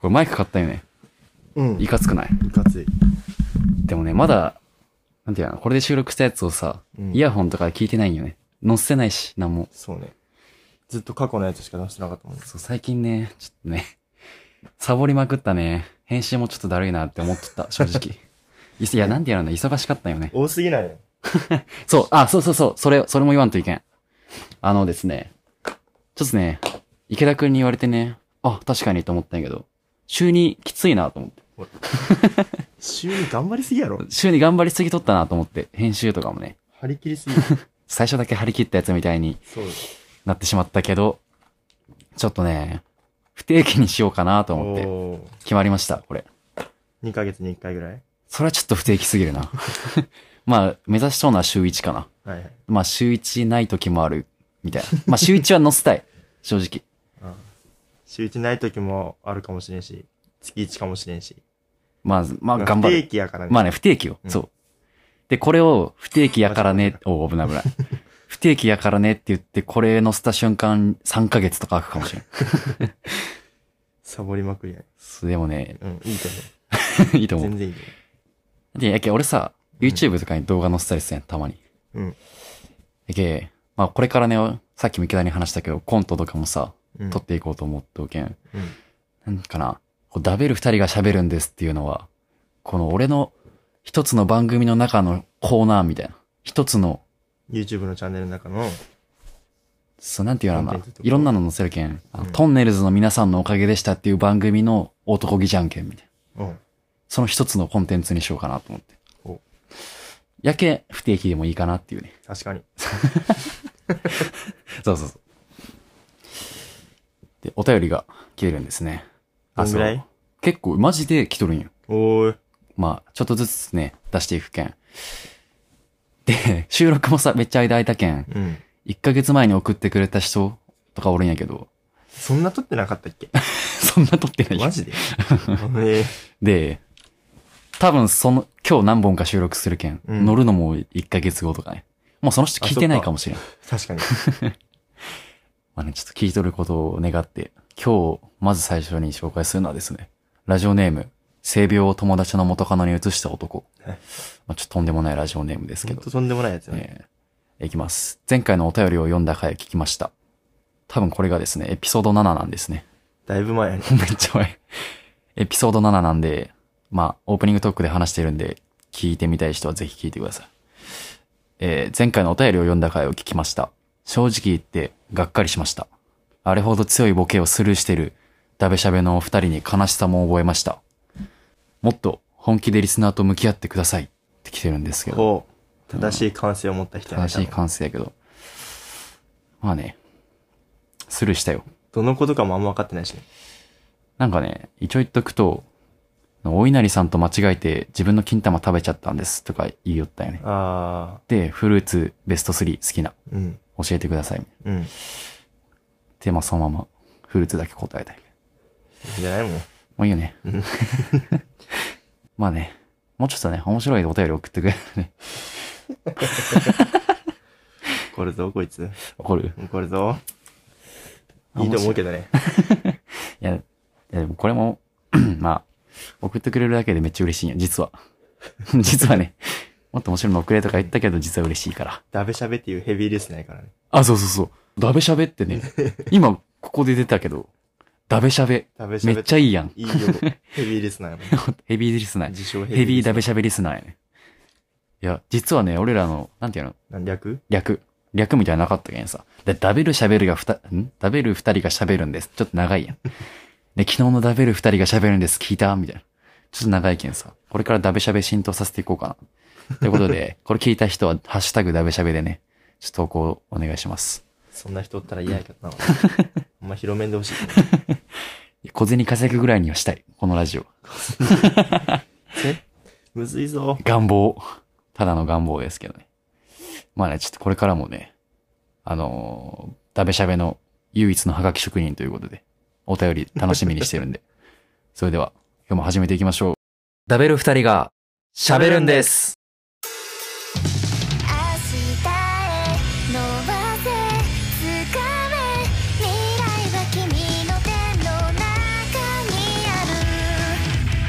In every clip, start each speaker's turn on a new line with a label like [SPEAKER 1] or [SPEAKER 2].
[SPEAKER 1] これマイク買ったよね。
[SPEAKER 2] うん。
[SPEAKER 1] いかつくない
[SPEAKER 2] いかつい。
[SPEAKER 1] でもね、まだ、なんていうの、これで収録したやつをさ、
[SPEAKER 2] うん
[SPEAKER 1] イヤホンとかで聞いてないんよね。載せてないし、なんも。
[SPEAKER 2] そうね。ずっと過去のやつしか出してなかったもん
[SPEAKER 1] そう、最近ね、ちょっとね、サボりまくったね。編集もちょっとだるいなって思ってた、正直。 いや、なんてやるの忙しかったよね。
[SPEAKER 2] 多すぎないよ。
[SPEAKER 1] そう、あ、そうそうそう、それ、それも言わんといけん。あのですね、ちょっとね、池田くんに言われてね、あ、確かにと思ったんやけど、週にきついなと思って。
[SPEAKER 2] 週に頑張りすぎやろ。
[SPEAKER 1] 週に頑張りすぎとったなと思って、編集とかもね、
[SPEAKER 2] 張り切りす ぎ。
[SPEAKER 1] 最初だけ張り切ったやつみたいに
[SPEAKER 2] そう
[SPEAKER 1] なってしまったけど、ちょっとね、不定期にしようかなと思って、
[SPEAKER 2] おー
[SPEAKER 1] 決まりました、これ。
[SPEAKER 2] 2ヶ月に1回ぐらい
[SPEAKER 1] それはちょっと不定期すぎるな。 まあ、目指しそうな週1かな。
[SPEAKER 2] はいはい。
[SPEAKER 1] まあ、週1ない時もある、みたいな。まあ、週1は載せたい。 正直。
[SPEAKER 2] うん週1ない時もあるかもしれんし、月1かもしれんし。
[SPEAKER 1] まあ、まあ、
[SPEAKER 2] ま
[SPEAKER 1] 頑張
[SPEAKER 2] 不
[SPEAKER 1] る
[SPEAKER 2] 定。期やからね。
[SPEAKER 1] まあね、不定期よ。
[SPEAKER 2] うん
[SPEAKER 1] そう。で、これを、不定期やからね、おう危ない危ない。 不定期やからねって言って、これ載せた瞬間、3ヶ月とか空くかも しれん。
[SPEAKER 2] サボりまくりやね。
[SPEAKER 1] そうでもね、
[SPEAKER 2] うん、いいと
[SPEAKER 1] いいと
[SPEAKER 2] 思う。
[SPEAKER 1] 思
[SPEAKER 2] 全然いいと
[SPEAKER 1] う。で、やけ、俺さ、
[SPEAKER 2] うん
[SPEAKER 1] YouTube とかに動画載せたりするやん、たまに。
[SPEAKER 2] 思う。うん
[SPEAKER 1] やけ、まあ、これからね、さっきも池田に話したけど、コントとかもさ、
[SPEAKER 2] うん。
[SPEAKER 1] 撮っていこうと思っておけん。
[SPEAKER 2] うん。
[SPEAKER 1] なんかな、こうダベル二人が喋るんですっていうのは、この俺の一つの番組の中のコーナーみたいな。一つの
[SPEAKER 2] YouTube のチャンネルの中の、
[SPEAKER 1] そう、なんていうのか
[SPEAKER 2] コ
[SPEAKER 1] な
[SPEAKER 2] ンテンツって。こと
[SPEAKER 1] いろんなの載せるけん、あの
[SPEAKER 2] うん
[SPEAKER 1] トンネルズの皆さんのおかげでしたっていう番組の男気じゃんけんみたいな。
[SPEAKER 2] うん。
[SPEAKER 1] その一つのコンテンツにしようかなと思って
[SPEAKER 2] お。
[SPEAKER 1] やけ、不定期でもいいかなっていうね。
[SPEAKER 2] 確かに。
[SPEAKER 1] そうそうそう。で、お便りが来てるんですね。
[SPEAKER 2] どんぐら
[SPEAKER 1] そう
[SPEAKER 2] い
[SPEAKER 1] 結構、マジで来とるんよ。
[SPEAKER 2] おーい。
[SPEAKER 1] まあ、ちょっとずつね、出していくけん。で、収録もさ、めっちゃ間空いたけん、
[SPEAKER 2] うん。
[SPEAKER 1] 1ヶ月前に送ってくれた人とかおるんやけど、
[SPEAKER 2] そんな撮ってなかったっ け
[SPEAKER 1] そんな撮ってない
[SPEAKER 2] マジで ええ
[SPEAKER 1] で、多分その、今日何本か収録するけん、
[SPEAKER 2] うん
[SPEAKER 1] 乗るのも1ヶ月後とかね。もうその人聞いてないかもしれん。
[SPEAKER 2] 確 かに。
[SPEAKER 1] まあね、ちょっと聞いとることを願って、今日、まず最初に紹介するのはですね、ラジオネーム、性病を友達の元カノに移した男。
[SPEAKER 2] はい
[SPEAKER 1] まあちょっととんでもないラジオネームです
[SPEAKER 2] ほ
[SPEAKER 1] け
[SPEAKER 2] ん
[SPEAKER 1] ど
[SPEAKER 2] と。とんでもないやつよね。
[SPEAKER 1] えーいきます。前回のお便りを読んだ回聞きました。多分これがですね、エピソード7なんですね。
[SPEAKER 2] だいぶ前やね。
[SPEAKER 1] めっちゃ前。エピソード7なんで、まあ、オープニングトークで話してるんで、聞いてみたい人はぜひ聞いてください。えー前回のお便りを読んだ回を聞きました。正直言って、がっかりしました。あれほど強いボケをスルーしてる、ダベしゃべのお二人に悲しさも覚えました。もっと本気でリスナーと向き合ってくださいって来てるんですけど。
[SPEAKER 2] こう、正しい感性を持った人や
[SPEAKER 1] 正
[SPEAKER 2] ね。
[SPEAKER 1] しい感性やけど。まあね、スルーしたよ。
[SPEAKER 2] どのことかもあんま分かってないしね。
[SPEAKER 1] なんかね、一応言っとくと、お稲荷さんと間違えて自分の金玉食べちゃったんですとか言いよったよね。
[SPEAKER 2] あ
[SPEAKER 1] で、フルーツベスト3好きな、
[SPEAKER 2] ー、うん、
[SPEAKER 1] 教えてください。
[SPEAKER 2] うん。いいん
[SPEAKER 1] で、まあそのまま、フルーツだけ答えたい。
[SPEAKER 2] じゃない
[SPEAKER 1] も
[SPEAKER 2] もん。
[SPEAKER 1] ういいよね。 まあね、もうちょっとね、面白いお便り送ってくれるね。
[SPEAKER 2] 怒るぞ、こいつ。
[SPEAKER 1] 怒る
[SPEAKER 2] 怒るぞ。
[SPEAKER 1] あ
[SPEAKER 2] いいと思うけどね。
[SPEAKER 1] いや、いやでもこれも、 まあ、送ってくれるだけでめっちゃ嬉しいんよ、実は。実はね、もっと面白いの送れとか言ったけど、実は嬉しいから。
[SPEAKER 2] ダベしゃべっていうヘビーリスないからね。
[SPEAKER 1] あ、そうそうそう。ダベしゃべ ってね、今、ここで出たけど、ダベしゃべ、
[SPEAKER 2] ダベしゃ
[SPEAKER 1] め
[SPEAKER 2] べ
[SPEAKER 1] っちゃいいやん。
[SPEAKER 2] いいよ。ヘビーリスナーやもん。
[SPEAKER 1] ヘビーリスナー。
[SPEAKER 2] 自称
[SPEAKER 1] ヘビーダ
[SPEAKER 2] ベ。
[SPEAKER 1] ベしゃべリスナーやね。いや、実はね、俺らの、なんていうの、
[SPEAKER 2] 何略
[SPEAKER 1] 略。略みたいなのなかったけんさ。で、ダベる喋るがふた、んダベる二人が喋るんです。ちょっと長いやん。 で、昨日のダベる二人が喋るんです。聞いたみたいな。ちょっと長いけんさ。これからダベ喋浸透させていこうかな。ということで、これ聞いた人は、ハッシュタグダベ喋でね、ちょっと投稿お願いします。
[SPEAKER 2] そんな人おったら嫌やけどな。 あんま広めんでほしい。
[SPEAKER 1] 小銭稼ぐぐらいにはしたい。このラジオ。
[SPEAKER 2] むずいぞ。
[SPEAKER 1] 願望。ただの願望ですけどね。まあね、ちょっとこれからもね、あのー、ダベしゃべの唯一のハガキ職人ということで、お便り楽しみにしてるんで。 それでは、今日も始めていきましょう。ダベル二人が、喋るんです
[SPEAKER 3] 明日へ伸ばせ掴め未来は君の手の中にある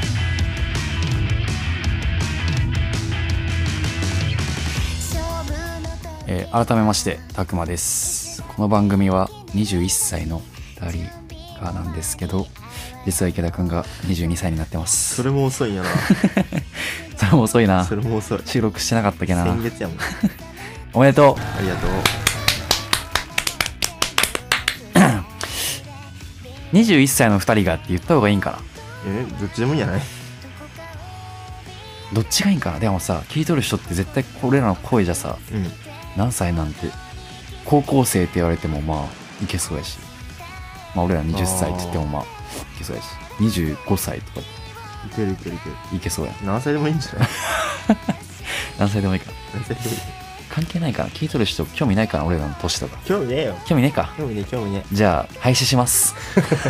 [SPEAKER 1] えー改めまして、たくまです。この番組は21歳の2人がなんですけど、実は池田くんが22歳になってます。
[SPEAKER 2] それも遅いん や
[SPEAKER 1] それも遅い
[SPEAKER 2] な。
[SPEAKER 1] な。
[SPEAKER 2] それも遅い。
[SPEAKER 1] 収録してなかったっけな
[SPEAKER 2] 先。月やもん。
[SPEAKER 1] おめでとう
[SPEAKER 2] ありがとう。
[SPEAKER 1] !21 歳の2人がって言った方がいいんかな。
[SPEAKER 2] え、どっちでもいいんじゃない
[SPEAKER 1] どっちがいいんかなでもさ、聞いとる人って絶対これらの声じゃさ、
[SPEAKER 2] うん。
[SPEAKER 1] 何歳なんて、高校生って言われてもまあ、いけそうやし。まあ俺ら20歳って言ってもまあ、いけそうやし。25歳とか
[SPEAKER 2] いけるいけるいける。
[SPEAKER 1] いけそうやん。
[SPEAKER 2] 何歳でもいいんじゃない
[SPEAKER 1] 何歳でもいいかな。
[SPEAKER 2] 何歳でもいい。
[SPEAKER 1] 関係ないかな聞いとる人興味ないかな俺らの年とか
[SPEAKER 2] 興味ねえよ。
[SPEAKER 1] 興味ねえか
[SPEAKER 2] 興味ねえ、興味ね
[SPEAKER 1] じゃあ廃止します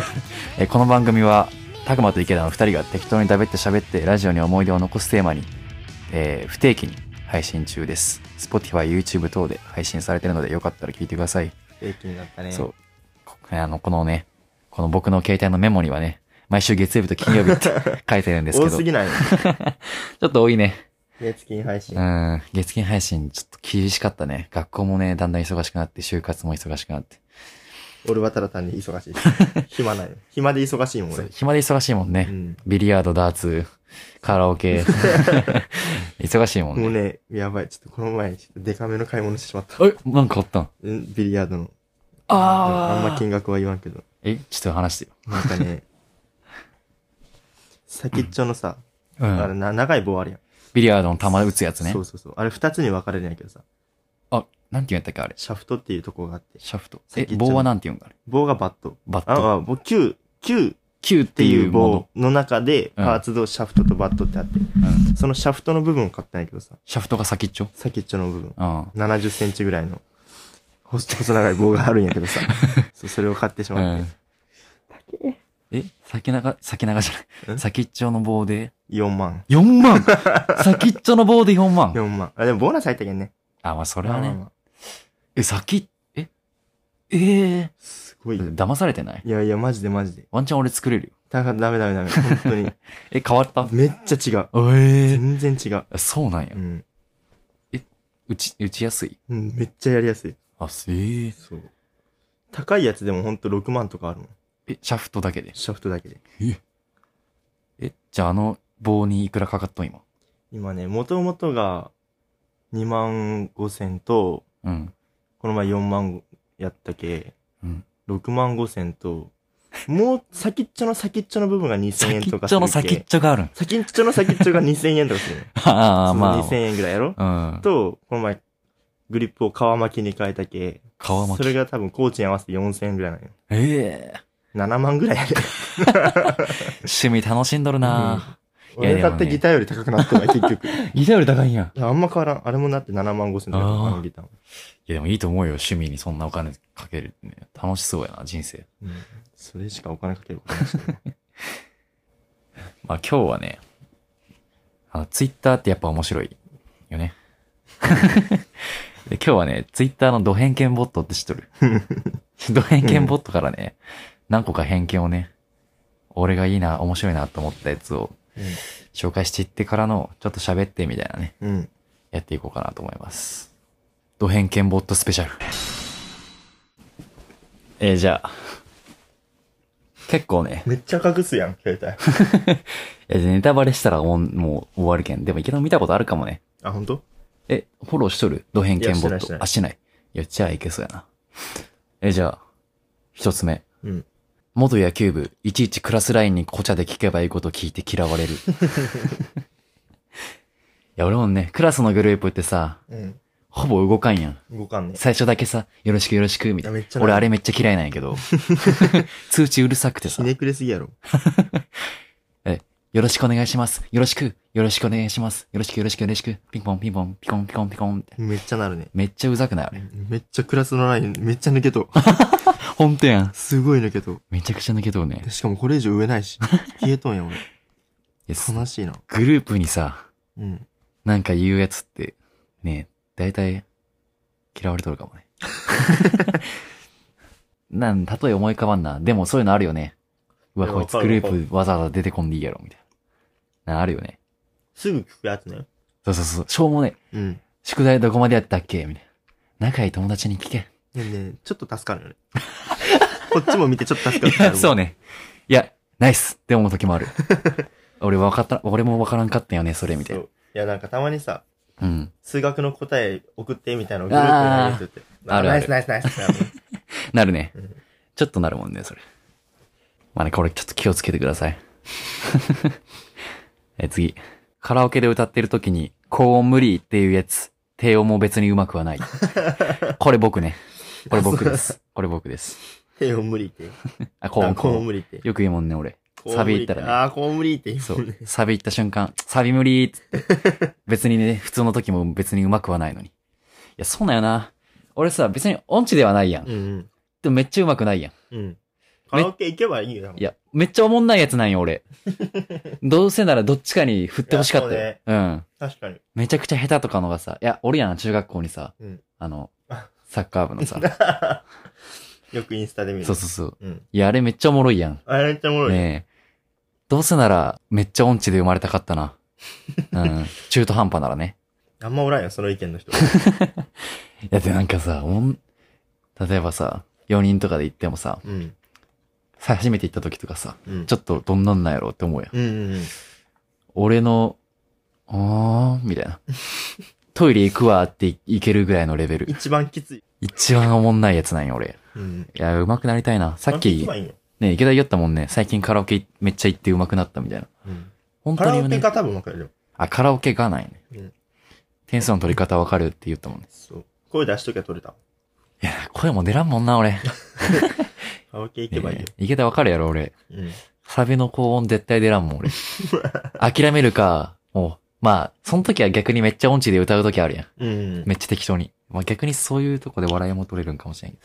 [SPEAKER 1] えこの番組はたくまと池田の2人が適当に食べって喋ってラジオに思い出を残すテーマに、えー不定期に配信中です Spotify、YouTube 等で配信されてるのでよかったら聞いてください、
[SPEAKER 2] え。え、気になったね。
[SPEAKER 1] そうこあのこのねこの僕の携帯のメモにはね毎週月曜日と金曜日って 書いてるんですけ
[SPEAKER 2] 多
[SPEAKER 1] ど
[SPEAKER 2] すぎない
[SPEAKER 1] ちょっと多いね
[SPEAKER 2] 月金配信
[SPEAKER 1] う。ん。月金配信ちょっと厳しかったね。学校もね、だんだん忙しくなって、就活も忙しくなって。
[SPEAKER 2] 俺はただ単に忙 しい。暇ない。暇で忙しいもん、俺。
[SPEAKER 1] 暇で忙しいもんね。
[SPEAKER 2] うん。
[SPEAKER 1] ビリヤード、ダーツ、カラオ ケ。忙しいもん
[SPEAKER 2] もう
[SPEAKER 1] ね。
[SPEAKER 2] ね、やばい。ちょっとこの前、ちょっとデカめの買い物してしまった。
[SPEAKER 1] え、なんかあったん
[SPEAKER 2] うん、ビリヤードの。
[SPEAKER 1] あ
[SPEAKER 2] あんま金額は言わんけど。
[SPEAKER 1] え、ちょっと話してよ。
[SPEAKER 2] なんか ね、先っちょのさ、
[SPEAKER 1] う
[SPEAKER 2] あれ
[SPEAKER 1] ん。
[SPEAKER 2] な、長い棒あるやん。
[SPEAKER 1] ビリヤードの球打つやつね
[SPEAKER 2] そ。うそうそう。あれ二つに分かれるんやけどさ、
[SPEAKER 1] あ、なんて言うんやったっけあれ。
[SPEAKER 2] シャフトっていうところがあって、
[SPEAKER 1] シャフト。
[SPEAKER 2] さっ
[SPEAKER 1] え、
[SPEAKER 2] き言っちゃう
[SPEAKER 1] 棒はなんて言うんだあれ。
[SPEAKER 2] 棒がバット。
[SPEAKER 1] バッ
[SPEAKER 2] あ、
[SPEAKER 1] ト。
[SPEAKER 2] あ、棒、球、球っ
[SPEAKER 1] 球って
[SPEAKER 2] て
[SPEAKER 1] い
[SPEAKER 2] いう
[SPEAKER 1] うも
[SPEAKER 2] 棒の中で、
[SPEAKER 1] うん
[SPEAKER 2] パーツとシャフトとバットってあって、
[SPEAKER 1] の。うん。
[SPEAKER 2] そのシャフトの部分を買ったんやけどさ、
[SPEAKER 1] シャフトが先っちょ
[SPEAKER 2] 先っちょの部分。
[SPEAKER 1] うん。
[SPEAKER 2] 70センチぐらいの、細細長い棒があるんやけど さ、そうそれを買ってし
[SPEAKER 1] う
[SPEAKER 2] まって、
[SPEAKER 1] ん。え、先長、先長じゃない。
[SPEAKER 2] ん
[SPEAKER 1] 先っちょの棒で、
[SPEAKER 2] 4万。
[SPEAKER 1] 4万 先っちょの棒で4万
[SPEAKER 2] 4万。あ、でもボーナス入ったけんね。
[SPEAKER 1] あ、まあそれ
[SPEAKER 2] ま
[SPEAKER 1] は
[SPEAKER 2] あまあ
[SPEAKER 1] ね。
[SPEAKER 2] まあ
[SPEAKER 1] え、先、ええ
[SPEAKER 2] すご
[SPEAKER 1] え
[SPEAKER 2] い。い
[SPEAKER 1] 騙されてない
[SPEAKER 2] やいや、マジでマジで。
[SPEAKER 1] ワンチャン俺作れるよ。
[SPEAKER 2] だからダメダメダメ。本当 に。
[SPEAKER 1] え、変わった
[SPEAKER 2] めっちゃ違う。
[SPEAKER 1] え
[SPEAKER 2] 全然違う。
[SPEAKER 1] え。そうなんや
[SPEAKER 2] う。ん。
[SPEAKER 1] 打ち、打ちやすい。
[SPEAKER 2] うん、めっちゃやりやすい。
[SPEAKER 1] あ、すええ。
[SPEAKER 2] そう。高いやつでもほんと6万とかあるもん。
[SPEAKER 1] え、シャフトだけで。
[SPEAKER 2] シャフトだけで。
[SPEAKER 1] え、じゃああの棒にいくらかかっとん今。
[SPEAKER 2] 今ね、もともとが2万5千と、
[SPEAKER 1] うん。
[SPEAKER 2] この前4万やったけ、
[SPEAKER 1] うん。
[SPEAKER 2] 6万5千と、もう先っちょの先っちょの部分が2000円
[SPEAKER 1] 先
[SPEAKER 2] とか
[SPEAKER 1] っ
[SPEAKER 2] す
[SPEAKER 1] ちょ
[SPEAKER 2] る
[SPEAKER 1] の
[SPEAKER 2] け。
[SPEAKER 1] 先っちょがあ るん。
[SPEAKER 2] 先っちょの先っちょが2000円とかするの。
[SPEAKER 1] ああ、
[SPEAKER 2] そ
[SPEAKER 1] ま
[SPEAKER 2] の
[SPEAKER 1] あ。
[SPEAKER 2] 2000円ぐらいやろ
[SPEAKER 1] うん。
[SPEAKER 2] と、この前、グリップを皮巻きに変えたけ。
[SPEAKER 1] 皮巻き
[SPEAKER 2] それが多分コーチに合わせて4000円ぐらいなのよ。
[SPEAKER 1] ええ。
[SPEAKER 2] 7万ぐらいやで。
[SPEAKER 1] 趣味楽しんどるなうんいや
[SPEAKER 2] 俺買ったギターより高くなったわ、結局。い
[SPEAKER 1] ギターより高いんや。
[SPEAKER 2] や、あんま変わらん。あれもなって7万5千とか
[SPEAKER 1] あー
[SPEAKER 2] あのギターも。
[SPEAKER 1] いやでもいいと思うよ。趣味にそんなお金かけるってね。楽しそうやな、人生。
[SPEAKER 2] うん。それしかお金かけることないし。
[SPEAKER 1] まあ今日はね、あの、ツイッターってやっぱ面白いよね。で今日はね、ツイッターのド偏見ボットって知っとるド偏見ボットからね、何個か偏見をね、俺がいいな、面白いなと思ったやつを紹介していってからの、ちょっと喋ってみたいなね、
[SPEAKER 2] うん。うん。
[SPEAKER 1] やっていこうかなと思います。ド偏見ボットスペシャル。えーじゃあ、結構ね、
[SPEAKER 2] めっちゃ隠すやん、携帯。
[SPEAKER 1] えネタバレしたらもうもう終わるけん。でも、池田見たこと あるかもね。
[SPEAKER 2] あ、ほんと
[SPEAKER 1] え、フォローしとるド偏見ボ
[SPEAKER 2] い
[SPEAKER 1] ッ
[SPEAKER 2] やしてないしてない
[SPEAKER 1] ト。あ、しない。いや、じゃあいけそうやな。え、じゃあ、一つ目。
[SPEAKER 2] うん。
[SPEAKER 1] 元野球部、いちいちクラスラインにこちゃで聞けばいいこと聞いて嫌われる。い や、俺もね、クラスのグループってさ、
[SPEAKER 2] うん。
[SPEAKER 1] ほぼ動かんやん。
[SPEAKER 2] 動かんね。
[SPEAKER 1] 最初だけさ、よろしくよろしく、みたい
[SPEAKER 2] い
[SPEAKER 1] な
[SPEAKER 2] やめっちゃ。なる
[SPEAKER 1] 俺あれめっちゃ嫌いなんやけど。 通知うるさくて
[SPEAKER 2] ひ
[SPEAKER 1] さ。
[SPEAKER 2] ねくれすぎやろ。
[SPEAKER 1] よろしくお願いします。よろしく。よろしくお願いします。よろしくよろしくよろしく。ピンポンピンポン、ピコンピコンピコンって。
[SPEAKER 2] めっちゃなるね。
[SPEAKER 1] めっちゃうざくないあれ。
[SPEAKER 2] めっちゃクラスのライン、めっちゃ抜けとう。
[SPEAKER 1] ほんとやん。
[SPEAKER 2] すごい抜けとう。
[SPEAKER 1] めちゃくちゃ抜けとうね
[SPEAKER 2] で。しかもこれ以上植えないし。消えとんや、俺。
[SPEAKER 1] いやす
[SPEAKER 2] 悲しいな。
[SPEAKER 1] グループにさ、
[SPEAKER 2] うん。
[SPEAKER 1] なんか言うやつって、ね、大体、嫌われとるかも ね。なん、例え思い浮かばんな。でもそういうのあるよね。うわ、
[SPEAKER 2] いや
[SPEAKER 1] こいつ
[SPEAKER 2] わ
[SPEAKER 1] グ
[SPEAKER 2] か
[SPEAKER 1] ル
[SPEAKER 2] るわかる
[SPEAKER 1] ープわざわざ出てこんでいいやろ、みたいな。なあるよね。
[SPEAKER 2] すぐ聞くやつね。
[SPEAKER 1] そうそうそう。しょうもね、
[SPEAKER 2] うん。
[SPEAKER 1] 宿題どこまでやったっけみたい仲いい友達に聞け。
[SPEAKER 2] ねえねえちょっと助かるよね。こっちも見てちょっと助かる
[SPEAKER 1] い
[SPEAKER 2] 時あ
[SPEAKER 1] や、
[SPEAKER 2] る
[SPEAKER 1] そう
[SPEAKER 2] ね。
[SPEAKER 1] ね。いや、ナイスって思う時もある。 俺分かった、俺も分からんかったよね、それ、みたい
[SPEAKER 2] そ
[SPEAKER 1] な。
[SPEAKER 2] ういや、なんかたまにさ、
[SPEAKER 1] うん。
[SPEAKER 2] 数学の答え送ってみたいなのグループに入れてて。
[SPEAKER 1] あーあるある
[SPEAKER 2] ナイスナイスナイスってな るね。
[SPEAKER 1] なるね
[SPEAKER 2] うん。
[SPEAKER 1] ちょっとなるもんね、それ。まあね、これちょっと気をつけてください。 え、次。カラオケで歌ってる時に、高音無理っていうやつ、低音も別にうまくはない。これ僕ね。これ僕です。これ僕です。
[SPEAKER 2] 低音無理って。
[SPEAKER 1] あ、高
[SPEAKER 2] あ
[SPEAKER 1] 音、
[SPEAKER 2] 高
[SPEAKER 1] 高
[SPEAKER 2] 音
[SPEAKER 1] 音。
[SPEAKER 2] 無理って。
[SPEAKER 1] よく言うもんね、俺。サビ行ったらね
[SPEAKER 2] ああー、高音無理って言
[SPEAKER 1] そう
[SPEAKER 2] もん
[SPEAKER 1] う
[SPEAKER 2] ね。。
[SPEAKER 1] サビ行った瞬間、サビ無理ーっつって。別にね、 普通の時も別にうまくはないのに。いや、そうなんよな。俺さ、別に音痴ではないやん。
[SPEAKER 2] うんうん。
[SPEAKER 1] でもめっちゃうまくないやん。
[SPEAKER 2] うん。カラオケ行けばいいよ、多分
[SPEAKER 1] いや、めっちゃおもんないやつなんよ、 俺。どうせならどっちかに振ってほしかった
[SPEAKER 2] い
[SPEAKER 1] よ
[SPEAKER 2] や。
[SPEAKER 1] うん。
[SPEAKER 2] 確かに。
[SPEAKER 1] めちゃくちゃ下手とかのがさ、いや、俺やん、中学校にさ、
[SPEAKER 2] うん
[SPEAKER 1] あの、サッカー部の さ、
[SPEAKER 2] よくインスタで見る。
[SPEAKER 1] そうそうそう。
[SPEAKER 2] うん。
[SPEAKER 1] いや、あれめっちゃおもろいやん。
[SPEAKER 2] あれめっちゃおもろいね。
[SPEAKER 1] ねえ。どうせなら、めっちゃ音痴で生まれたかったな。うん。中途半端ならね。
[SPEAKER 2] あんまおらんよ、その意 見の人。
[SPEAKER 1] いや、でなんかさ、おん、例えばさ、4人とかで行ってもさ、
[SPEAKER 2] うん。
[SPEAKER 1] さ初めて行った時とかさ、
[SPEAKER 2] うん。
[SPEAKER 1] ちょっとどんなんなんやろうって思うやん。
[SPEAKER 2] うんうんうん。
[SPEAKER 1] 俺の、あー、みたいな。 トイレ行くわって行けるぐらいのレベル。
[SPEAKER 2] 一番きつい。
[SPEAKER 1] 一番おもんないやつなんよ、俺。
[SPEAKER 2] うん。
[SPEAKER 1] いや、上手くなりたいな。さっき
[SPEAKER 2] カ、ラオケ行けばいいよ
[SPEAKER 1] ね、池田言ったもんね。最近カラオケめっちゃ行って上手くなったみたいな。
[SPEAKER 2] うん
[SPEAKER 1] 本
[SPEAKER 2] カ
[SPEAKER 1] 当
[SPEAKER 2] ラ
[SPEAKER 1] に
[SPEAKER 2] オケ
[SPEAKER 1] ね。
[SPEAKER 2] が多分分かるよ。
[SPEAKER 1] あ、カラオケがないね。
[SPEAKER 2] うん
[SPEAKER 1] 点数の取り方わかるって言ったもんね。
[SPEAKER 2] そう。声出しときゃ取れた。
[SPEAKER 1] いや、声も出らんもんな、俺。
[SPEAKER 2] カラオケ行けばいいよ。
[SPEAKER 1] ね池田わかるやろ、俺。
[SPEAKER 2] うん。
[SPEAKER 1] サビの高音絶対出らんもん、 俺。諦めるか、もう、まあ、その時は逆にめっちゃ音痴で歌う時あるやん。
[SPEAKER 2] うん。
[SPEAKER 1] めっちゃ適当に。まあ、逆にそういうとこで笑いも取れるんかもしれんけど。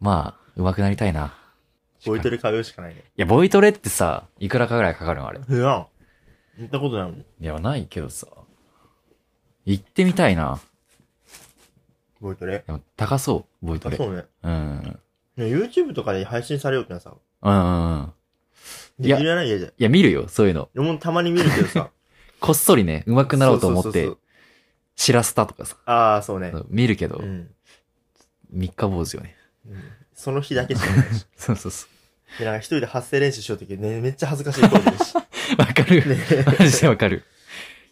[SPEAKER 1] まあ、上手くなりたいな。
[SPEAKER 2] ボイトレ通うしかないね。
[SPEAKER 1] いや、ボイトレってさ、いくらかぐらいかかるのあれ。
[SPEAKER 2] 不安。行ったことないもん。
[SPEAKER 1] いや、ないけどさ。行ってみたいな。
[SPEAKER 2] ボイトレ。
[SPEAKER 1] でも、高そう、ボイト
[SPEAKER 2] あ
[SPEAKER 1] レ。
[SPEAKER 2] そうね。
[SPEAKER 1] うん。
[SPEAKER 2] ね YouTube とかで配信されようってのはさ、
[SPEAKER 1] うんうんうん。い
[SPEAKER 2] で
[SPEAKER 1] や
[SPEAKER 2] きるやない家じゃん。
[SPEAKER 1] いや、見るよ、そういうの。
[SPEAKER 2] 俺もたまに見るけど さ。
[SPEAKER 1] こっそりね、上手くなろうと思
[SPEAKER 2] そ
[SPEAKER 1] っ
[SPEAKER 2] そ
[SPEAKER 1] て
[SPEAKER 2] そ、う
[SPEAKER 1] 知らせたとかさ、
[SPEAKER 2] ああ、そうね。
[SPEAKER 1] 見るけど
[SPEAKER 2] う、ん。
[SPEAKER 1] 三日坊主よね。
[SPEAKER 2] うんその日だけしかないし。
[SPEAKER 1] そうそうそ
[SPEAKER 2] で、なんか一人で発声練習しようとき、ね、めっちゃ恥ずかしい声出るし。
[SPEAKER 1] う。わかる。 マジでわかる。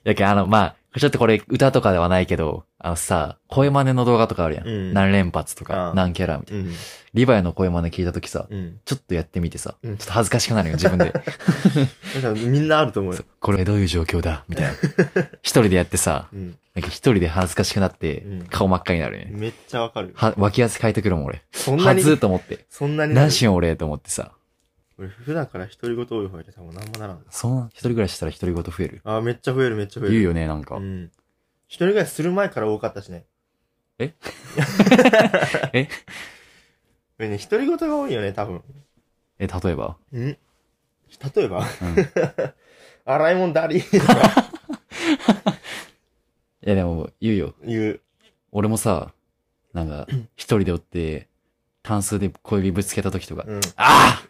[SPEAKER 1] やけんあの、まあ、ちょっとこれ歌とかではないけど、あのさ、声真似の動画とかあるやん。
[SPEAKER 2] うん
[SPEAKER 1] 何連発とか
[SPEAKER 2] あ、あ
[SPEAKER 1] 何キャラみたいな。
[SPEAKER 2] うん。
[SPEAKER 1] リヴァイの声真似聞いたときさ、
[SPEAKER 2] うん。
[SPEAKER 1] ちょっとやってみてさ、
[SPEAKER 2] うん
[SPEAKER 1] ちょっと恥ずかしくなるよ、自分 で。
[SPEAKER 2] なんかみんなあると思うよ
[SPEAKER 1] そう。これどういう状況だみ たいな。一人でやってさ、
[SPEAKER 2] うん。
[SPEAKER 1] なんか一人で恥ずかしくなって
[SPEAKER 2] うん、
[SPEAKER 1] 顔真っ赤になるよね。
[SPEAKER 2] めっちゃわかる。
[SPEAKER 1] は、脇汗かいてくるもん、俺。
[SPEAKER 2] そんな
[SPEAKER 1] は
[SPEAKER 2] に
[SPEAKER 1] ず、ーと思って。
[SPEAKER 2] そんなになる
[SPEAKER 1] 何しよう、俺、と思ってさ。
[SPEAKER 2] 俺普段から独り言多い方やけど多分なんもならん。
[SPEAKER 1] そんな、一人暮らししたら一人ごと増える。
[SPEAKER 2] ああ、めっちゃ増える、めっちゃ増える。
[SPEAKER 1] 言うよね、なんか
[SPEAKER 2] う。ん。一人暮らしする前から多かったしね。
[SPEAKER 1] ええ
[SPEAKER 2] 俺ね、独り言が多いよね、多分。
[SPEAKER 1] え、例えば
[SPEAKER 2] ん例えば、
[SPEAKER 1] うん。い
[SPEAKER 2] 洗い物だりとか
[SPEAKER 1] や、でも、言うよ。
[SPEAKER 2] 言う。
[SPEAKER 1] 俺もさ、なん か、一人でおって、単数で小指ぶつけた時とか、
[SPEAKER 2] うん。い
[SPEAKER 1] あ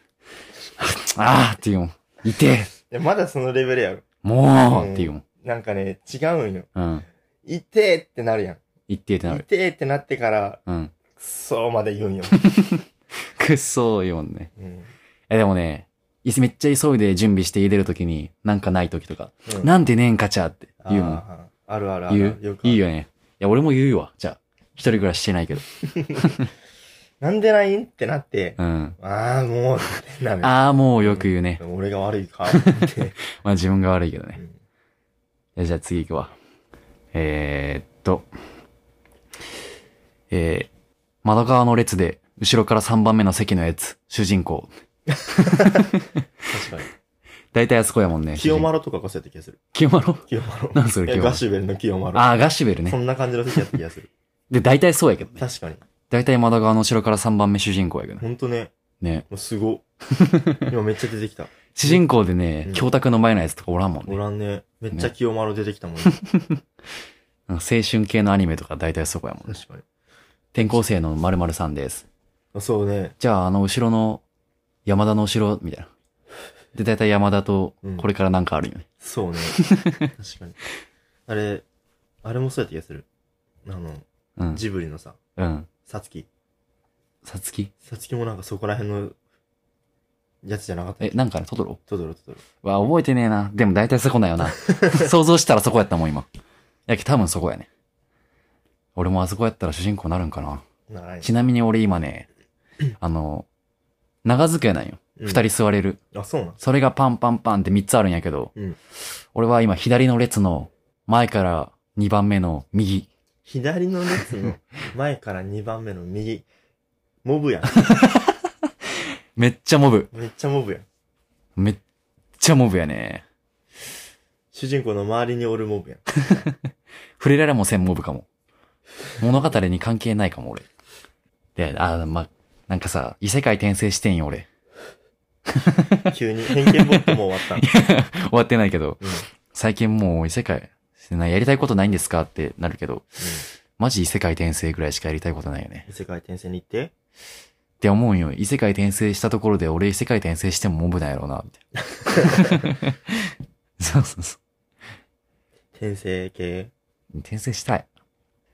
[SPEAKER 1] あああって言うもん。いて
[SPEAKER 2] や、まだそのレベルやろ。
[SPEAKER 1] もうって言うもん。
[SPEAKER 2] なんかね、違うんよ。
[SPEAKER 1] うん。
[SPEAKER 2] いてーってなるやん。
[SPEAKER 1] 言ってってないる。
[SPEAKER 2] てーってなってから、
[SPEAKER 1] うん。
[SPEAKER 2] くそーまで 言うんよ。
[SPEAKER 1] くっそー言うもんね。
[SPEAKER 2] うん。
[SPEAKER 1] え、でもね、いめっちゃ急いで準備して入れるときに、なんかないときとか、
[SPEAKER 2] うん
[SPEAKER 1] なんでねんかちゃって言うもん。
[SPEAKER 2] あーあるあるある。
[SPEAKER 1] 言
[SPEAKER 2] よ
[SPEAKER 1] う
[SPEAKER 2] くある
[SPEAKER 1] いいよね。いや、俺も言うわ。じゃあ、一人暮らししてないけど。
[SPEAKER 2] なんで LINE ってなって、
[SPEAKER 1] うん。
[SPEAKER 2] ああ、もう、ってなる。
[SPEAKER 1] ああ、もうよく言うね。
[SPEAKER 2] 俺が悪い かって。
[SPEAKER 1] まあ自分が悪いけどね
[SPEAKER 2] うん。
[SPEAKER 1] いやじゃあ次行くわ。えー、っと。えー、窓側の列で、後ろから3番目の席のやつ、主人公。
[SPEAKER 2] 確かに。
[SPEAKER 1] 大体あそこやもん ね。
[SPEAKER 2] 清
[SPEAKER 1] 主人公。
[SPEAKER 2] 丸とかがそうやった気がする。
[SPEAKER 1] 清丸
[SPEAKER 2] 清丸。
[SPEAKER 1] なんそれ
[SPEAKER 2] いや
[SPEAKER 1] 清丸
[SPEAKER 2] ガシュベルの清丸。
[SPEAKER 1] ああ、ガッシュベル
[SPEAKER 2] そ
[SPEAKER 1] ね。
[SPEAKER 2] んな感じの席やった気がする。
[SPEAKER 1] で、大体そうやけどね。
[SPEAKER 2] 確かに。
[SPEAKER 1] 大体窓側の後ろから3番目主人公やけどね。
[SPEAKER 2] ほんとね、
[SPEAKER 1] ね。
[SPEAKER 2] もう すご。今めっちゃ出てきた。
[SPEAKER 1] 主人公でね
[SPEAKER 2] う、ん
[SPEAKER 1] 教卓の前のやつとかおらんもん
[SPEAKER 2] お
[SPEAKER 1] ね。
[SPEAKER 2] らんね。めっちゃ清丸出てきた もんね。
[SPEAKER 1] なんか青春系のアニメとか大体そこやもんね。
[SPEAKER 2] 確かに
[SPEAKER 1] 転校生の〇〇さんです。
[SPEAKER 2] あ。そうね。
[SPEAKER 1] じゃあ、あの後ろの、山田の後ろ、みたいな。で、大体山田と
[SPEAKER 2] う、ん
[SPEAKER 1] これからなんかあるよね。
[SPEAKER 2] そうね。確かに。あれ、あれもそうやった気がする。あの、
[SPEAKER 1] うん。
[SPEAKER 2] ジブリのさ、
[SPEAKER 1] うん。
[SPEAKER 2] さつき。
[SPEAKER 1] さつき
[SPEAKER 2] さつきもなんかそこら辺のやつじゃなかった
[SPEAKER 1] え、なんかね、トトロ
[SPEAKER 2] トドロトドロ。
[SPEAKER 1] は覚えてねえな。でも大体そこだよ な。想像したらそこやったもん、今。やけ、多分そこやね。俺もあそこやったら主人公になるんかな。
[SPEAKER 2] 長い
[SPEAKER 1] ちなみに俺今ね、あの、長机なんよ。
[SPEAKER 2] うん
[SPEAKER 1] 二人座れる。
[SPEAKER 2] あ、そうなん
[SPEAKER 1] それがパンパンパンって三つあるんやけど、
[SPEAKER 2] うん
[SPEAKER 1] 俺は今左の列の前から二番目の右。
[SPEAKER 2] 左の列の前から2番目の右。モブやん。
[SPEAKER 1] めっちゃモブ。
[SPEAKER 2] めっちゃモブやん。
[SPEAKER 1] めっちゃモブやね。
[SPEAKER 2] 主人公の周りにおるモブやん。
[SPEAKER 1] 触れられもせんモブかも。物語に関係ないかも、俺。で、あ、ま、なんかさ、異世界転生してんよ、俺。
[SPEAKER 2] 急に偏見ボットも終わった。
[SPEAKER 1] 終わってないけど、
[SPEAKER 2] うん
[SPEAKER 1] 最近もう異世界、なやりたいことないんですかってなるけど、マジ異世界転生ぐらいしかやりたいことないよね。
[SPEAKER 2] 異世界転生に行って、
[SPEAKER 1] って思うんよ。異世界転生したところで俺異世界転生してもモブなんやろうな、みたいな。そうそうそ
[SPEAKER 2] 転生系。
[SPEAKER 1] う。転生したい。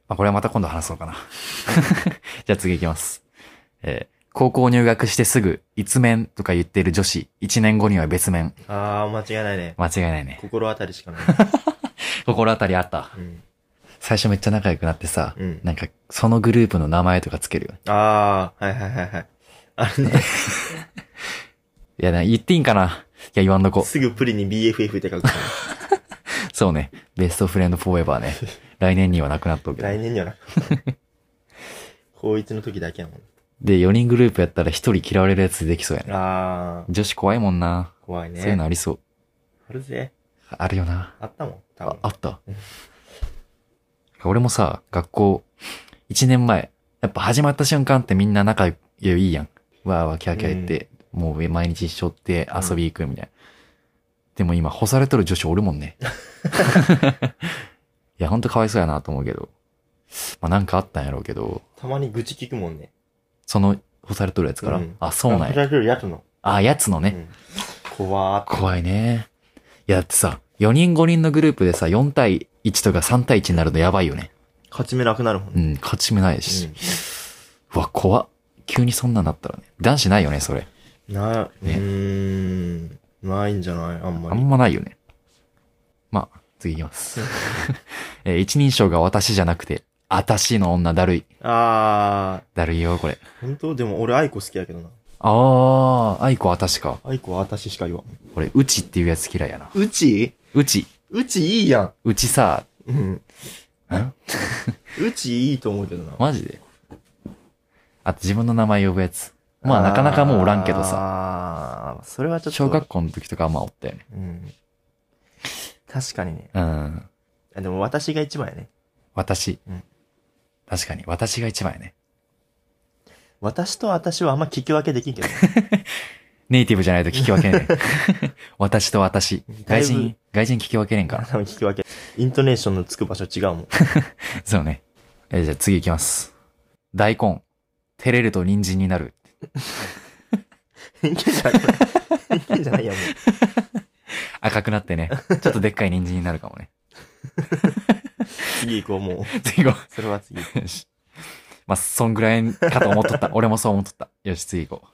[SPEAKER 1] まあ、これはまた今度話そうかな。 じゃあ次行きます。えー高校入学してすぐ、一面とか言ってる女子、一年後には別面。
[SPEAKER 2] あー、間違いないね。
[SPEAKER 1] 間違いないね。
[SPEAKER 2] 心当たりしかない。
[SPEAKER 1] 心当たりあった。
[SPEAKER 2] うん。
[SPEAKER 1] 最初めっちゃ仲良くなってさ、
[SPEAKER 2] うん
[SPEAKER 1] なんか、そのグループの名前とかつけるよね。
[SPEAKER 2] あー、はいはいはいはい。あれね、
[SPEAKER 1] いや、な言っていいんかないや、言わんとこ。
[SPEAKER 2] すぐプリに BFF って書くから。
[SPEAKER 1] そうね。ベストフレンドフォーエバー ね。来年にはなくなっとうけど。
[SPEAKER 2] 来年に はな。高一の時だけやもん。
[SPEAKER 1] で、4人グループやったら1人嫌われるやつできそうやね。
[SPEAKER 2] あー、
[SPEAKER 1] 女子怖いもんな。
[SPEAKER 2] 怖いね。
[SPEAKER 1] そういうのありそう。
[SPEAKER 2] あるぜ。
[SPEAKER 1] あるよな。
[SPEAKER 2] あったもん、多
[SPEAKER 1] あ
[SPEAKER 2] 分、。
[SPEAKER 1] あった。俺もさ、学校、1年前、やっぱ始まった瞬間ってみんな仲いいやん。わーわーキャーキャー言って、もう毎日一緒って遊び行くみたいな。でも今、干されとる女子おるもん ね。いや、ほんとかわいそうやなと思うけど。まあなんかあったんやろうけど、
[SPEAKER 2] たまに愚痴聞くもんね。
[SPEAKER 1] その干されとるやつから、
[SPEAKER 2] うん
[SPEAKER 1] あ、そうなん
[SPEAKER 2] 振
[SPEAKER 1] や。
[SPEAKER 2] られるやつの。
[SPEAKER 1] あ、やつのね。
[SPEAKER 2] うん。怖ーっ
[SPEAKER 1] 怖いね。いや、だってさ、4人5人のグループでさ、4対1とか3対1になるとやばいよね。
[SPEAKER 2] 勝ち目なくなるもん
[SPEAKER 1] う
[SPEAKER 2] ね。
[SPEAKER 1] ん、勝ち目ないし。うわ、怖っ。急にそんなんなったらね。男子ないよね、それ。
[SPEAKER 2] うん。な、う
[SPEAKER 1] ね
[SPEAKER 2] ーん。ないんじゃないあんま
[SPEAKER 1] あ
[SPEAKER 2] り。
[SPEAKER 1] んまないよね。まあ、次いきます。 えー一人称が私じゃなくて、あたしの女だるい。
[SPEAKER 2] あ
[SPEAKER 1] だるいよ、これ。
[SPEAKER 2] ー、本当でも俺、アイコ好きやけどな。
[SPEAKER 1] あー、愛子あたしか。
[SPEAKER 2] アイコは私しか言わん。
[SPEAKER 1] これ、うちっていうやつ嫌いやな。
[SPEAKER 2] うち
[SPEAKER 1] うち。
[SPEAKER 2] うちいいや
[SPEAKER 1] うちさ、
[SPEAKER 2] ん。うん。
[SPEAKER 1] ん
[SPEAKER 2] うちいいと思うけどな。
[SPEAKER 1] マジであと自分の名前呼ぶやつ。まあ、なかなかもうおらんけどさ。
[SPEAKER 2] さ。あー、それはちょっと。
[SPEAKER 1] 小学校の時とかはまあおったよね。
[SPEAKER 2] うん。確かにね。
[SPEAKER 1] うん。
[SPEAKER 2] あでも私が一番やね。
[SPEAKER 1] 私。
[SPEAKER 2] うん
[SPEAKER 1] 確かに、私が一番やね。
[SPEAKER 2] 私と私はあんま聞き分けできんけど。
[SPEAKER 1] ネイティブじゃないと聞き分けねえ。 私と私。
[SPEAKER 2] だい
[SPEAKER 1] 外
[SPEAKER 2] ぶ
[SPEAKER 1] 人、外人聞き分けねえん
[SPEAKER 2] 多
[SPEAKER 1] かな。
[SPEAKER 2] 分聞き分け。イントネーションのつく場所違う もん。
[SPEAKER 1] そうね。えーじゃあ次行きます。大根。照れると人参になる。
[SPEAKER 2] 偏見じゃない。偏見じゃないやもう。
[SPEAKER 1] 赤くなってね。ちょっとでっかい人参になるかもね。
[SPEAKER 2] 次行こう、もう。
[SPEAKER 1] 次行こ
[SPEAKER 2] それは次。
[SPEAKER 1] う。よし。まあ、そんぐらいかと思っ とった。俺もそう思っとった。よし、次行こう。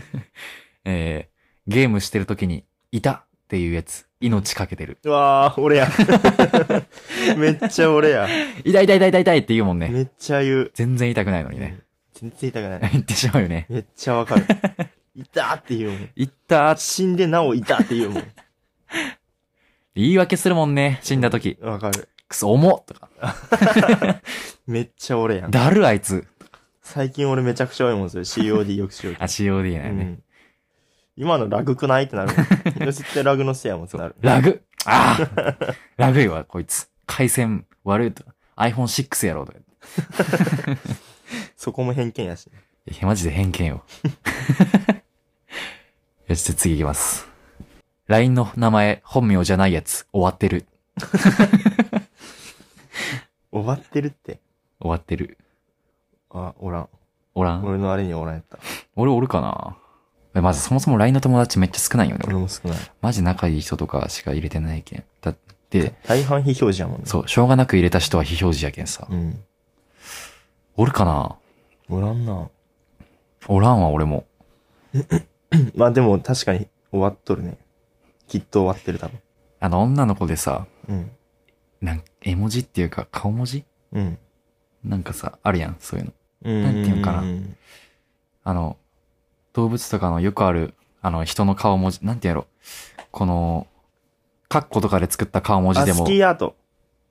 [SPEAKER 1] えーゲームしてる時に、いたっていうやつ。命かけてる。
[SPEAKER 2] うわー、俺や。めっちゃ俺や。
[SPEAKER 1] 痛い痛い痛い痛い痛いって言うもんね。
[SPEAKER 2] めっちゃ言う。
[SPEAKER 1] 全然痛くないのにね。
[SPEAKER 2] 全然痛くない。
[SPEAKER 1] 言ってしまうよね。
[SPEAKER 2] めっちゃ わかる。痛ーって言うもん。
[SPEAKER 1] 行ったー
[SPEAKER 2] 死んでなお痛ーって言うもん。
[SPEAKER 1] 言い訳するもんね。死んだ時。
[SPEAKER 2] わかる。
[SPEAKER 1] くそ、重っとか。
[SPEAKER 2] めっちゃ俺やん。
[SPEAKER 1] だるあいつ。
[SPEAKER 2] 最近俺めちゃくちゃ多いもん、 それ。COD よくしよう
[SPEAKER 1] あ、COD
[SPEAKER 2] う
[SPEAKER 1] ね。
[SPEAKER 2] ん。今のラグくないってなる もん。絶対ラグのせいやもんってなる。
[SPEAKER 1] ラグあ あラグいわ、こいつ。回線悪いとか。iPhone6 やろうとか。い
[SPEAKER 2] そこも偏見やし。
[SPEAKER 1] や、マジで偏見よ。 よし、じゃあ次行きます。LINE の名前、本名じゃないやつ、終わってる。
[SPEAKER 2] 終わってるって。
[SPEAKER 1] 終わってる。
[SPEAKER 2] あ、おらん。
[SPEAKER 1] おらん
[SPEAKER 2] 俺のあれにはおらんやった。
[SPEAKER 1] 俺おるかなえまずそもそも LINE の友達めっちゃ少ないよね、俺
[SPEAKER 2] 俺も少ない。
[SPEAKER 1] マジ仲いい人とかしか入れてないけん。だって、
[SPEAKER 2] 大半非表示やもんね。
[SPEAKER 1] そう、しょうがなく入れた人は非表示やけんさ。
[SPEAKER 2] うん。
[SPEAKER 1] おるかな
[SPEAKER 2] おらんな。
[SPEAKER 1] おらんわ、俺も。
[SPEAKER 2] まあでも確かに終わっとるね。きっと終わってる多分。
[SPEAKER 1] あの、女の子でさ、
[SPEAKER 2] うん。
[SPEAKER 1] なんか、絵文字っていうか、顔文字
[SPEAKER 2] うん。
[SPEAKER 1] なんかさ、あるやん、そういうの。
[SPEAKER 2] うん。
[SPEAKER 1] なんていうかな
[SPEAKER 2] うん。
[SPEAKER 1] あの、動物とかのよくある、あの、人の顔文字、なんてやろこの、カッコとかで作った顔文字
[SPEAKER 2] ア
[SPEAKER 1] で
[SPEAKER 2] ス
[SPEAKER 1] も、
[SPEAKER 2] キーアート。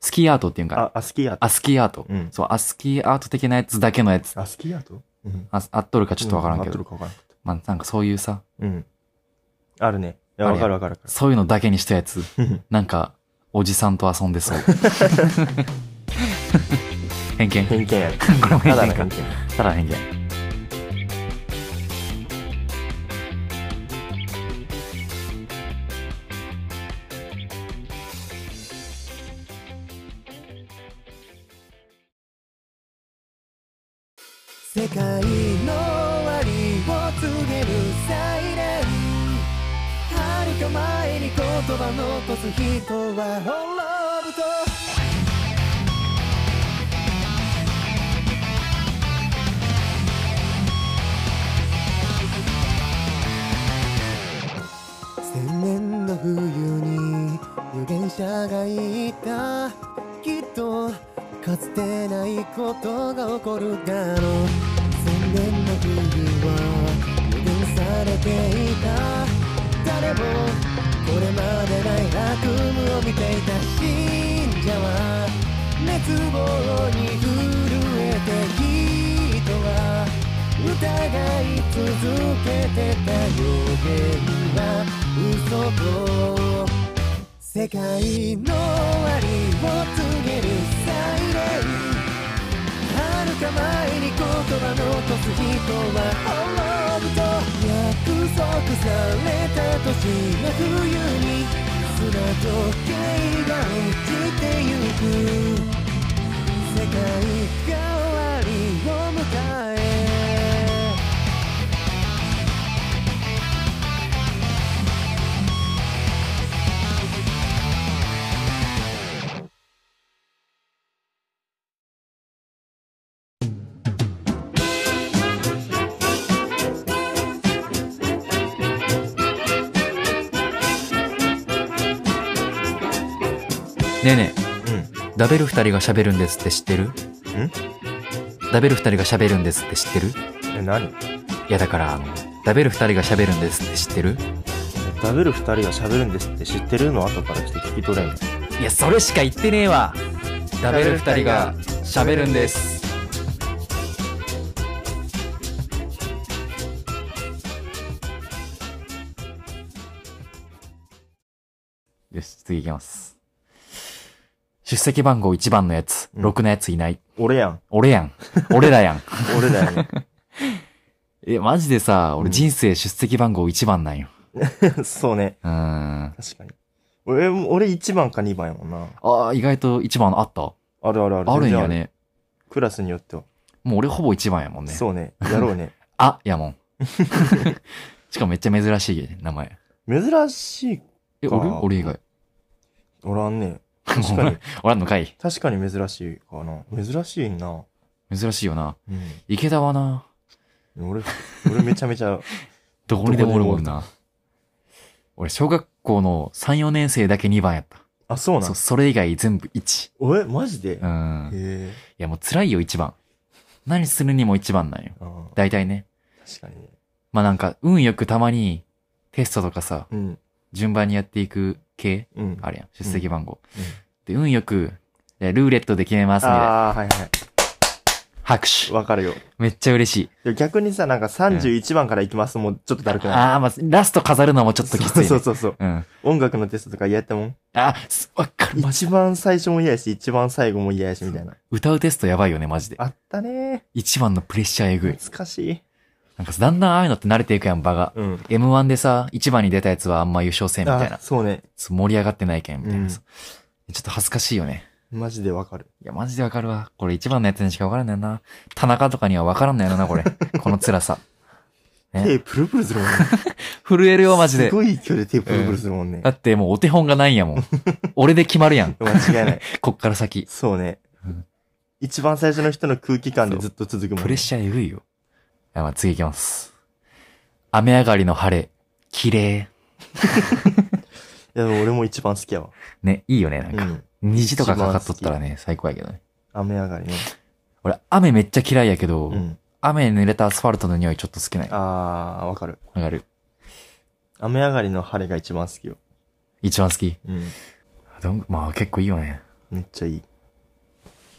[SPEAKER 1] スキーアートっていうんかな
[SPEAKER 2] あ、アスキーアート。
[SPEAKER 1] アスキーアート。
[SPEAKER 2] うん。
[SPEAKER 1] そう、アスキーアート的なやつだけのやつ。
[SPEAKER 2] アスキーアートうん。
[SPEAKER 1] あ、あっとるかちょっとわからんけ
[SPEAKER 2] 合って
[SPEAKER 1] ど。
[SPEAKER 2] るかわからんかった
[SPEAKER 1] まあ、なんかそういうさ、
[SPEAKER 2] うん。あるね。いや、
[SPEAKER 1] あ
[SPEAKER 2] わ
[SPEAKER 1] るや
[SPEAKER 2] か
[SPEAKER 1] ん
[SPEAKER 2] るわかるわか
[SPEAKER 1] そういうのだけにしたや つ。
[SPEAKER 2] る。
[SPEAKER 1] なんか、おじさんと遊んで そう。偏見。こ
[SPEAKER 2] 偏見 やね。
[SPEAKER 1] れも
[SPEAKER 2] た
[SPEAKER 1] 偏
[SPEAKER 2] だの
[SPEAKER 1] 見か
[SPEAKER 2] 偏。見。
[SPEAKER 1] ただ偏見。
[SPEAKER 4] 世界の終わりを告げるサイレンはるか前に言葉残す人は滅ぶと千年の冬に預言者が言ったきっとかつてないことが起こるだろう千年の冬は予言されていた誰もこれまでない悪夢を見ていた信者は熱望に震えて人は疑い続けてた予言は嘘と世界の終わりを告げるサイレンはるか前に言葉残す人は滅ぶと約束された年の冬に砂時計が落ちてゆく世界が終わりを迎え
[SPEAKER 1] ねえね
[SPEAKER 2] うん。
[SPEAKER 1] え、ダベル二人が喋るんですって知ってるんダベル二人が喋るんですって知ってる
[SPEAKER 2] え、何
[SPEAKER 1] いやだから、あの、ダベル二人が喋るんですって知ってる
[SPEAKER 2] ダブル二人が喋るんですって知ってるの後からして聞き取れんの
[SPEAKER 1] いや、それしか言ってねえわダ
[SPEAKER 2] ベル二人が
[SPEAKER 1] 喋るんです。よし、次行きます。出席番号1番のやつ、
[SPEAKER 2] うん
[SPEAKER 1] ろくなやついない。
[SPEAKER 2] 俺やん。
[SPEAKER 1] 俺やん。俺らやん。
[SPEAKER 2] 俺だよね。
[SPEAKER 1] え、マジでさ、
[SPEAKER 2] う
[SPEAKER 1] 俺
[SPEAKER 2] ん
[SPEAKER 1] 人生出席番号1番なんよ。
[SPEAKER 2] そうね。
[SPEAKER 1] うーん。あ
[SPEAKER 2] 確かに。俺、俺1番か2番やもんな。
[SPEAKER 1] あ、意外と1番あった
[SPEAKER 2] あるあるある。
[SPEAKER 1] あるん
[SPEAKER 2] 全然
[SPEAKER 1] や。ね。
[SPEAKER 2] クラスによっては。
[SPEAKER 1] もう俺ほぼ1番やもんね。
[SPEAKER 2] そうね。やろう ね。
[SPEAKER 1] あ、やもん。しかもめっちゃ珍しい名前。
[SPEAKER 2] 珍しい。
[SPEAKER 1] え、
[SPEAKER 2] か
[SPEAKER 1] 俺俺以外。
[SPEAKER 2] おらんね。確かに。
[SPEAKER 1] おらんのかい。
[SPEAKER 2] 確かに珍しいかな。珍しいな。
[SPEAKER 1] 珍しいよな。
[SPEAKER 2] うん。
[SPEAKER 1] 池田はな、
[SPEAKER 2] 俺、俺めちゃめちゃ、
[SPEAKER 1] どこにでもおるもんな。俺、小学校の3、4年生だけ2番やった。
[SPEAKER 2] あ、そうなん
[SPEAKER 1] そ、それ以外全部1。
[SPEAKER 2] え、マジで
[SPEAKER 1] う
[SPEAKER 2] へ
[SPEAKER 1] ん。い
[SPEAKER 2] え。
[SPEAKER 1] や、もう辛いよ、1番。何するにも1番なんよ。
[SPEAKER 2] あー
[SPEAKER 1] 大体ね。
[SPEAKER 2] 確かにね。
[SPEAKER 1] まあなんか、運よくたまに、テストとかさ、
[SPEAKER 2] うん。
[SPEAKER 1] 順番にやっていく系
[SPEAKER 2] うん。
[SPEAKER 1] あれやん。出席番号。
[SPEAKER 2] うん
[SPEAKER 1] で、運よく、いやルーレットで決めますみたいな。
[SPEAKER 2] ああー、はいは
[SPEAKER 1] 拍
[SPEAKER 2] い。
[SPEAKER 1] 手。
[SPEAKER 2] わかるよ。
[SPEAKER 1] めっちゃ嬉しい。
[SPEAKER 2] で逆にさ、なんか31番から行きますもうちょっとだるくない
[SPEAKER 1] ああ、まあ、ラスト飾るのもちょっときつい、ね。
[SPEAKER 2] そうそうそう。
[SPEAKER 1] うん。
[SPEAKER 2] 音楽のテストとか嫌やったもん。
[SPEAKER 1] あ、すわかる。
[SPEAKER 2] 一番最初も嫌やし、一番最後も嫌やし、みたいな。
[SPEAKER 1] 歌うテストやばいよね、マジで。
[SPEAKER 2] あったね
[SPEAKER 1] 一番のプレッシャーえぐい。
[SPEAKER 2] 懐かしい。
[SPEAKER 1] なんかだんだんああいうのって慣れていくやん、場が。
[SPEAKER 2] うん。
[SPEAKER 1] M1 でさ、一番に出たやつはあんま優勝せんみたい
[SPEAKER 2] あ
[SPEAKER 1] な、。
[SPEAKER 2] そうね。
[SPEAKER 1] そう盛り上がってないけん、みたいなさ、ちょっと恥ずかしいよね。
[SPEAKER 2] マジでわかる。
[SPEAKER 1] いや、マジでわかるわ。これ一番のやつにしかわからんだよな。田中とかにはわからんだよな、 これ。この辛さ。ね
[SPEAKER 2] 手プルプルするもんね。。
[SPEAKER 1] 震えるよ、マジです
[SPEAKER 2] ごい勢いで手プルプルするもんね
[SPEAKER 1] だ。ってもうお 手本がないんやもん。俺で決まるやん。
[SPEAKER 2] 間違いない。
[SPEAKER 1] こっから先。
[SPEAKER 2] そうね
[SPEAKER 1] うん。
[SPEAKER 2] 一番最初の人の空気感でずっと続くもん、
[SPEAKER 1] プレッシャーえぐいよ。あまあ、次行きます。雨上がりの晴れ、綺麗。
[SPEAKER 2] いや、でも俺も一番好きやわ。
[SPEAKER 1] ね、いいよね、なん
[SPEAKER 2] う
[SPEAKER 1] か。
[SPEAKER 2] ん。
[SPEAKER 1] 虹とかかかっとったらね、最高やけどね。
[SPEAKER 2] 雨上がりね。
[SPEAKER 1] 俺、雨めっちゃ嫌いやけど、
[SPEAKER 2] うん。
[SPEAKER 1] 雨に濡れたアスファルトの匂いちょっと好きなんよ
[SPEAKER 2] あー、わかる。
[SPEAKER 1] わかる。
[SPEAKER 2] 雨上がりの晴れが一番好きよ。
[SPEAKER 1] 一番好き。
[SPEAKER 2] うん。
[SPEAKER 1] どんまあ結構いいよね。
[SPEAKER 2] めっちゃいい。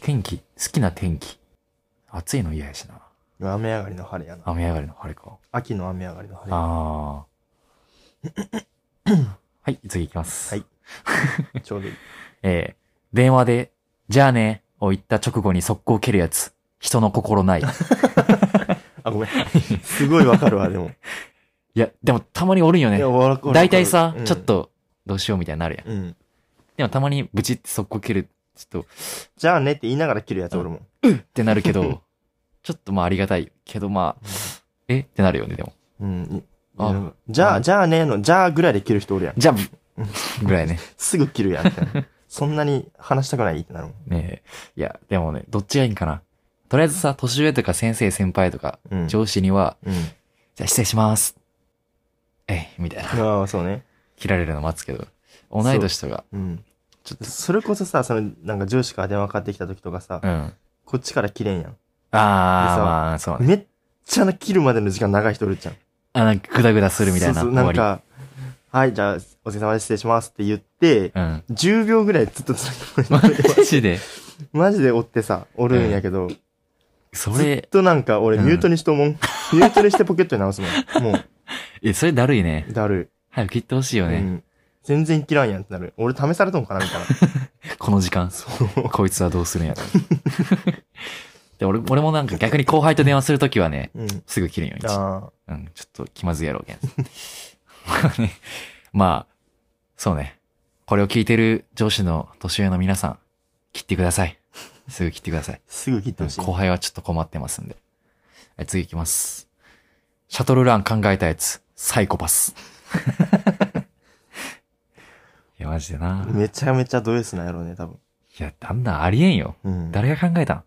[SPEAKER 1] 天気、好きな天気。暑いの嫌やしな。
[SPEAKER 2] 雨上がりの晴れやな。
[SPEAKER 1] 雨上がりの晴れか。
[SPEAKER 2] 秋の雨上がりの晴れ。
[SPEAKER 1] ああ。 はい、次行きます。
[SPEAKER 2] はいちょうどいい。
[SPEAKER 1] えー、電話で、じゃあね、を言った直後に速攻蹴るやつ。人の心 ない。い
[SPEAKER 2] あ、ごめん。 すごいわかるわ、でも。
[SPEAKER 1] や、でもたまにおるんよね
[SPEAKER 2] いや、。わわかる。
[SPEAKER 1] 大体さ、
[SPEAKER 2] うん
[SPEAKER 1] ちょっ。と、どうしようみたいになるやん。
[SPEAKER 2] うん。
[SPEAKER 1] でもたまにブチって速攻蹴る、ちょっと、
[SPEAKER 2] じゃあねって言いながら切るやつ、俺も。
[SPEAKER 1] ってなるけ ど、ちょっとまあありがたいけどまあ、えってなるよね、でも。
[SPEAKER 2] うん。
[SPEAKER 1] あ
[SPEAKER 2] あじゃ
[SPEAKER 1] あ
[SPEAKER 2] あ、じゃあねの、じゃあぐらいで切る人おるやん。
[SPEAKER 1] じゃあ、ぐらいね。
[SPEAKER 2] すぐ切るやんみたいな。そんなに話したくないってなるもん。
[SPEAKER 1] ねえ。いや、でもね、どっちがいいんかな。とりあえずさ、年上とか先生先輩とか、
[SPEAKER 2] うん。
[SPEAKER 1] 上司には、
[SPEAKER 2] うん。
[SPEAKER 1] じゃあ失礼します。えい、みたいな。
[SPEAKER 2] ああ、そうね。
[SPEAKER 1] 切られるの待つけど。同い年とか、
[SPEAKER 2] うん。
[SPEAKER 1] ちょっと、
[SPEAKER 2] それこそさ、その、なんか上司から電話かかってきた時とかさ、
[SPEAKER 1] うん。あ
[SPEAKER 2] こっちから切れん
[SPEAKER 1] あ
[SPEAKER 2] やん。で
[SPEAKER 1] ー、
[SPEAKER 2] さ
[SPEAKER 1] まあ、そうね。
[SPEAKER 2] めっちゃな切るまでの時間長い人おるじゃん。
[SPEAKER 1] あ、なんかグダグダするみたいな。
[SPEAKER 2] そうそう
[SPEAKER 1] 終
[SPEAKER 2] なん
[SPEAKER 1] わ
[SPEAKER 2] か、はい、じゃあ、お疲れ様です失礼しますって言って、
[SPEAKER 1] り。 うん。
[SPEAKER 2] 10秒ぐらいずっと続いて
[SPEAKER 1] マ
[SPEAKER 2] る
[SPEAKER 1] ジで。
[SPEAKER 2] マジで追ってさ、おるんやけど、
[SPEAKER 1] そ
[SPEAKER 2] ずっ
[SPEAKER 1] れ、
[SPEAKER 2] となんか俺ミュートにしともん。ミュートにしてポケットに直すもん。も
[SPEAKER 1] え、それだるいね
[SPEAKER 2] う、。だる
[SPEAKER 1] 早く切ってほしい
[SPEAKER 2] い。
[SPEAKER 1] よ
[SPEAKER 2] う
[SPEAKER 1] ね。
[SPEAKER 2] ん。全然切らんやんってなる。俺試されとんかなみたいな。
[SPEAKER 1] この時間。
[SPEAKER 2] そう。
[SPEAKER 1] こいつはどうするんやろ。で、俺、俺もなんか逆に後輩と電話するときはね、
[SPEAKER 2] うん。
[SPEAKER 1] すぐ切るんよ、一応う
[SPEAKER 2] あ
[SPEAKER 1] ん、ちょっと気まずいやろうけん。 まあねまあ、そうね。これを聞いてる上司の年上の皆さん、切ってください。すぐ切ってください。
[SPEAKER 2] すぐ切ってほしい。
[SPEAKER 1] 後輩はちょっと困ってますんで。はい、次行きます。シャトルラン考えたやつ、サイコパス。 いや、マジでな。
[SPEAKER 2] めちゃめちゃド S なんやろうね、多分。
[SPEAKER 1] いや、あんなんありえんよ。
[SPEAKER 2] うん。
[SPEAKER 1] 誰が考えたん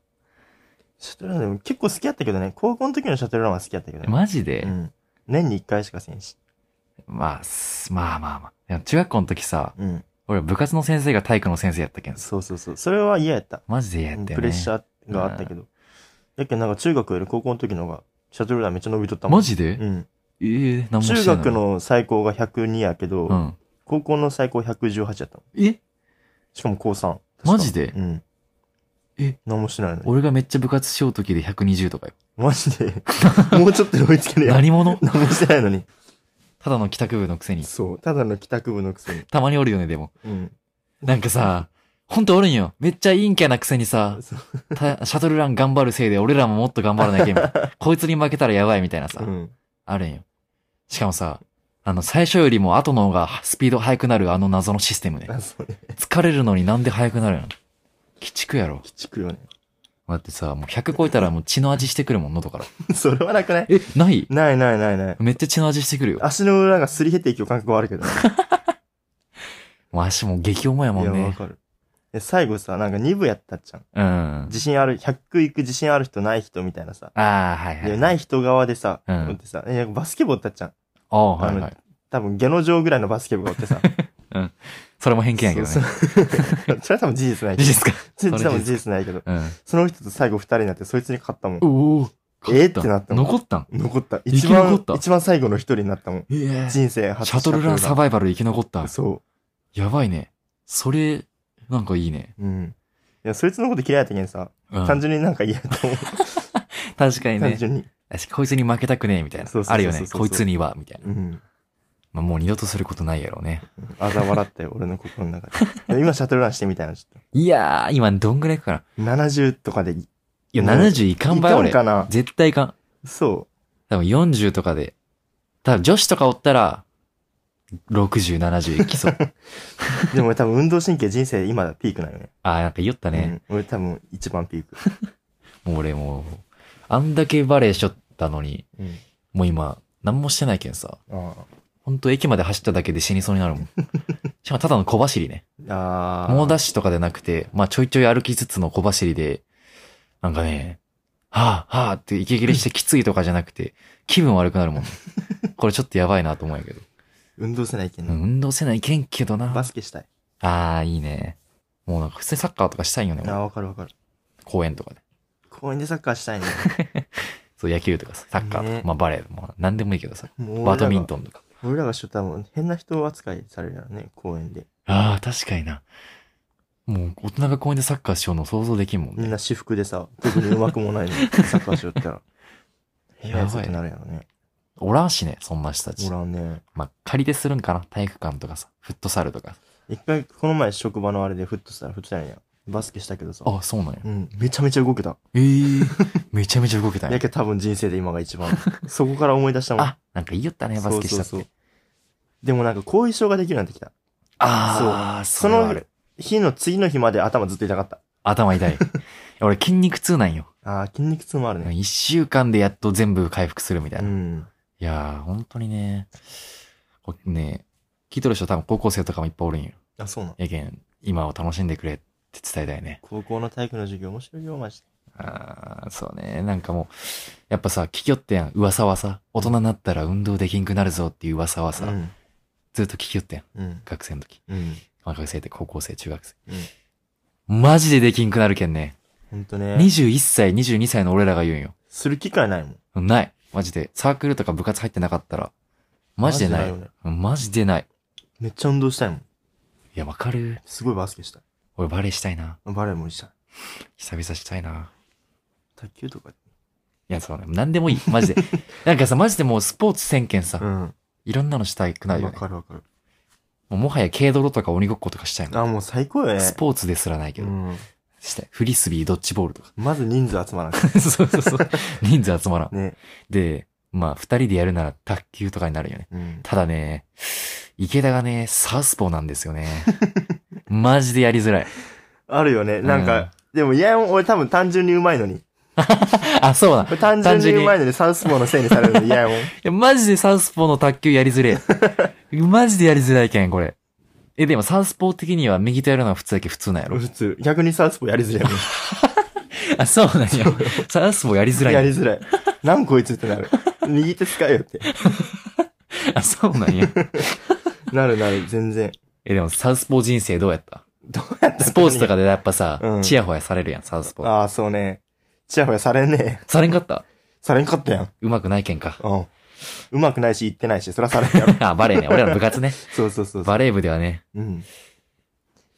[SPEAKER 2] シャトルランでも結構好きやったけどね。高校の時のシャトルランは好きやったけどね。
[SPEAKER 1] マジで、
[SPEAKER 2] うん。年に一回しかせんし。
[SPEAKER 1] まあ、すまあまあまあ。でも中学校の時さ、
[SPEAKER 2] うん。
[SPEAKER 1] 俺部活の先生が体育の先生やったけんさ
[SPEAKER 2] そうそうそう。それは嫌やった。
[SPEAKER 1] マジで嫌やったよね。
[SPEAKER 2] プレッシャーがあったけど。やけんなんか中学より高校の時の方が、シャトルランめっちゃ伸びとったもん。
[SPEAKER 1] マジで、
[SPEAKER 2] うん。
[SPEAKER 1] ええ何もしてない
[SPEAKER 2] 中学、の最高が102やけど、
[SPEAKER 1] うん。
[SPEAKER 2] 高校の最高118やったの。
[SPEAKER 1] え
[SPEAKER 2] しかも高3。確か
[SPEAKER 1] マジで
[SPEAKER 2] うん。
[SPEAKER 1] え
[SPEAKER 2] 何もしてないのに。
[SPEAKER 1] 俺がめっちゃ部活しようときで120とかよ。
[SPEAKER 2] マジ でもうちょっとで追いつけるやん。
[SPEAKER 1] 何者
[SPEAKER 2] 何もしてないのに。
[SPEAKER 1] ただの帰宅部のくせに。
[SPEAKER 2] そう。ただの帰宅部のくせに。
[SPEAKER 1] たまにおるよね、でも。
[SPEAKER 2] うん。
[SPEAKER 1] なんかさ、ほんとおるんよ。めっちゃ陰キャなくせにさ、
[SPEAKER 2] そう
[SPEAKER 1] た シャトルラン頑張るせいで俺らももっと頑張らなきゃみたい な。こいつに負けたらやばいみたいなさ、
[SPEAKER 2] うん。
[SPEAKER 1] あるんよ。しかもさ、あの、最初よりも後の方がスピード速くなるあの謎のシステ ムね。
[SPEAKER 2] あ、そうね。
[SPEAKER 1] 疲れるのになんで速くなるの鬼畜やろ。
[SPEAKER 2] 鬼畜 よね。
[SPEAKER 1] だってさ、もう100超えたらもう血の味してくるもん、喉から。
[SPEAKER 2] それはなくない
[SPEAKER 1] え、ない
[SPEAKER 2] ないないないない。
[SPEAKER 1] めっちゃ血の味してくるよ。
[SPEAKER 2] 足の裏がすり減っていく感覚はあるけどね。
[SPEAKER 1] もう足も激重やも
[SPEAKER 2] いや、
[SPEAKER 1] ん
[SPEAKER 2] わ
[SPEAKER 1] ね。
[SPEAKER 2] かる。え最後さ、なんか2部やったじゃん。
[SPEAKER 1] うん。あ
[SPEAKER 2] 自信ある、100行く自信ある人ない人みたいなさ。
[SPEAKER 1] あー、はいはい。
[SPEAKER 2] で、ない人側でさ、
[SPEAKER 1] うん
[SPEAKER 2] おってさ、えバスケ部おったじゃん。
[SPEAKER 1] ああ、はいは
[SPEAKER 2] あ
[SPEAKER 1] い
[SPEAKER 2] の。多分、下の上ぐらいのバスケ部がおってさ。
[SPEAKER 1] それも偏見やけどね。
[SPEAKER 2] そう
[SPEAKER 1] 事
[SPEAKER 2] そう。 それは多分事実ないけど。
[SPEAKER 1] 実か。
[SPEAKER 2] それ
[SPEAKER 1] それ
[SPEAKER 2] 多分事実ないけど。
[SPEAKER 1] うん。
[SPEAKER 2] その人と最後二人になって、そいつに勝ったもん。
[SPEAKER 1] おお。
[SPEAKER 2] えーってなったもん
[SPEAKER 1] 残ったん
[SPEAKER 2] 残った。
[SPEAKER 1] 生き
[SPEAKER 2] 一
[SPEAKER 1] 残
[SPEAKER 2] 番
[SPEAKER 1] った、
[SPEAKER 2] 一番最後の一人になったもん。
[SPEAKER 1] ええ。シ
[SPEAKER 2] 人生初
[SPEAKER 1] ャトルランサ
[SPEAKER 2] バ
[SPEAKER 1] バイバル生き残った。
[SPEAKER 2] そ
[SPEAKER 1] やばいね。それ、なんかいいね。
[SPEAKER 2] う。うん。いや、そいつのこと嫌いやったけんさ、
[SPEAKER 1] うん。
[SPEAKER 2] 単
[SPEAKER 1] 確
[SPEAKER 2] 純になんか嫌やと思う。
[SPEAKER 1] かに
[SPEAKER 2] 単
[SPEAKER 1] ね。
[SPEAKER 2] 純に。
[SPEAKER 1] 確かこいつに負けたくねえ、みたいな
[SPEAKER 2] そうそうそう。そう
[SPEAKER 1] あるよね。こいつには、みたいな。
[SPEAKER 2] うん。
[SPEAKER 1] まあもう二度とすることないやろうね。
[SPEAKER 2] あざ笑ったよ、俺の心の中で。今、シャトルランしてみたいな、ちょっ
[SPEAKER 1] いやー、今どんぐらいかな。
[SPEAKER 2] と。70とかでい
[SPEAKER 1] いや、
[SPEAKER 2] もう
[SPEAKER 1] 70いかんばい
[SPEAKER 2] いか
[SPEAKER 1] 俺
[SPEAKER 2] ん。かな
[SPEAKER 1] 絶対いかん。
[SPEAKER 2] そ
[SPEAKER 1] 多分40とかで、多分女子とかおったら、60、70いき そう。
[SPEAKER 2] う。でも俺多分運動神経人生今ピークなんよね。
[SPEAKER 1] ああ、なんか言ったね。
[SPEAKER 2] うん。俺多分一番ピーク。
[SPEAKER 1] もう俺もう、あんだけバレーしとったのに、
[SPEAKER 2] うん。
[SPEAKER 1] もう今、何もしてないけんさ。
[SPEAKER 2] あ
[SPEAKER 1] ほんと駅まで走っただけで死にそうになる もん。しかもただの小走りね。
[SPEAKER 2] あ。ああ。
[SPEAKER 1] 猛ダッシュとかでなくて、まあちょいちょい歩きつつの小走りで、なんかね、はぁ、はぁって息切れしてきついとかじゃなくて、気分悪くな るもん、これちょっとやばいなと思うんやけど。
[SPEAKER 2] 運動せないけん
[SPEAKER 1] う
[SPEAKER 2] ね、
[SPEAKER 1] ん運動せないけんけどな。
[SPEAKER 2] バスケしたい。
[SPEAKER 1] ああ、いいね。もうなんか普通にサッカーとかしたいよね
[SPEAKER 2] あ。あ、わかるわかる。
[SPEAKER 1] 公園とかで。
[SPEAKER 2] 公園でサッカーしたいね。
[SPEAKER 1] そう、野球とかさ、サッカーとか、
[SPEAKER 2] ね
[SPEAKER 1] まあバレー、まあ何でもいいけどさ、
[SPEAKER 2] もう
[SPEAKER 1] バドミン
[SPEAKER 2] ン。
[SPEAKER 1] トンとか。
[SPEAKER 2] 俺らがしとったらもう変な人扱いされるよね、公園で。
[SPEAKER 1] ああ、確かにな。もう大人が公園でサッカーしようの想像できんもん
[SPEAKER 2] みん
[SPEAKER 1] ね。
[SPEAKER 2] な私服でさ、特にうまくもない のにサッカーしよったら。え
[SPEAKER 1] やばい
[SPEAKER 2] やばいってなるやろね。
[SPEAKER 1] おらんしね、そんな人たち
[SPEAKER 2] お。らんね。
[SPEAKER 1] まあ借りてするんかな体育館とかさ、フットサルとかさ。
[SPEAKER 2] 一回、この前職場のあれでフットしたらフットじゃないや。バスケしたけどさ。
[SPEAKER 1] ああ、そう なんや。
[SPEAKER 2] うん、めちゃめちゃ動けた。
[SPEAKER 1] ええー、めちゃめちゃ動けたん
[SPEAKER 2] や
[SPEAKER 1] や。
[SPEAKER 2] け多分人生で今が一番。そこから思い出したもん。
[SPEAKER 1] あ、なんか言いよったね、バスケしたって。
[SPEAKER 2] そうそうそうでもなんか後遺症ができるようになってきた。
[SPEAKER 1] ああ、
[SPEAKER 2] そ
[SPEAKER 1] そうれはある。
[SPEAKER 2] 日の次の日まで頭ずっと痛かった。
[SPEAKER 1] 頭痛い。 俺筋肉痛なんよ。
[SPEAKER 2] ああ、筋肉痛もあるね。
[SPEAKER 1] 一週間でやっと全部回復するみたいうな。い
[SPEAKER 2] ん。
[SPEAKER 1] やー、本当にね、これね、聞いとる人多分高校生とかもいっぱいおるんよ。
[SPEAKER 2] あ、そうなの。
[SPEAKER 1] やけん、今を楽しんでくれって伝えたいね。
[SPEAKER 2] 高校の体育の授業面白いよ、マジで。
[SPEAKER 1] あー、そうね。なんかもう、やっぱさ、聞きよってやん。噂はさ、大人になったら運動できんくなるぞっていう噂はさ、
[SPEAKER 2] うん。
[SPEAKER 1] ずっと聞きよってやん。
[SPEAKER 2] うん。
[SPEAKER 1] 学生の時。
[SPEAKER 2] うん。
[SPEAKER 1] まあ学生って高校生、中学生。
[SPEAKER 2] うん
[SPEAKER 1] マジでできんくなるけんね。
[SPEAKER 2] ほんとね。
[SPEAKER 1] 21歳、22歳の俺らが言うんよ。
[SPEAKER 2] する機会ないもん。
[SPEAKER 1] ない。マジで。サークルとか部活入ってなかったら、マジでない。
[SPEAKER 2] マジでないよね
[SPEAKER 1] うんマジでない。
[SPEAKER 2] めっちゃ運動したいもん。
[SPEAKER 1] いや、わかる。
[SPEAKER 2] すごいバスケしたい。
[SPEAKER 1] 俺バレーしたいな。
[SPEAKER 2] バレーもしたい。
[SPEAKER 1] 久々したいな。
[SPEAKER 2] 卓球とか。
[SPEAKER 1] いや、そうね。なんでもいい。マジで。 なんかさ、マジでもうスポーツ宣言さ、
[SPEAKER 2] うん。
[SPEAKER 1] いろんなのしたくないよ
[SPEAKER 2] わ
[SPEAKER 1] ね。
[SPEAKER 2] かるわかる。
[SPEAKER 1] もうもはや軽泥とか鬼ごっことかしたいもん
[SPEAKER 2] あ、もう最高よね。
[SPEAKER 1] スポーツですらないけ
[SPEAKER 2] う
[SPEAKER 1] ど。
[SPEAKER 2] ん。。
[SPEAKER 1] したい。フリスビー、ドッジボールとか
[SPEAKER 2] まず人数集まらんか
[SPEAKER 1] そうそうそう。人数集まらん。
[SPEAKER 2] ら。ね。
[SPEAKER 1] で、まあ、二人でやるなら卓球とかになるよね。
[SPEAKER 2] うん。
[SPEAKER 1] ただね、池田がね、サウスポーなんです よね。マジでやりづらい。
[SPEAKER 2] あるよね。なんか、でも、いや、俺多分単純にうまいのに。
[SPEAKER 1] あ、そうだ。い
[SPEAKER 2] 俺単純にうまいのにサウスポーのせいにされるの嫌やもん。
[SPEAKER 1] や、マジでサウスポーの卓球やりづれえ。 マジでやりづらいけん、これ。え、でもサウスポー的には右手やるのは普通だけ普通なんやろ。
[SPEAKER 2] 普通。逆にサウスポーやりづらいもん。
[SPEAKER 1] あ、そうなん や。サウスポーやりづら
[SPEAKER 2] や
[SPEAKER 1] い
[SPEAKER 2] り
[SPEAKER 1] の。
[SPEAKER 2] づらい。 なんこいつってなる。右手使えよって。
[SPEAKER 1] あ、そうなんや。
[SPEAKER 2] なるなる、全然。
[SPEAKER 1] え、でもサウスポー人生どうやった
[SPEAKER 2] どうやった
[SPEAKER 1] スポーツとかでやっぱさ、
[SPEAKER 2] うん
[SPEAKER 1] チヤホヤされるやん、サウスポー。
[SPEAKER 2] ああ、そうね。ちやほやされんねえ。
[SPEAKER 1] されんかった
[SPEAKER 2] されんかったやん。
[SPEAKER 1] うまくないけんか。。
[SPEAKER 2] うん。うまくないし、言ってないし、そらされんや ろ
[SPEAKER 1] あ、バレーね。俺らの部活ね。
[SPEAKER 2] そうそうそうそう。
[SPEAKER 1] バレー部ではね。
[SPEAKER 2] うん。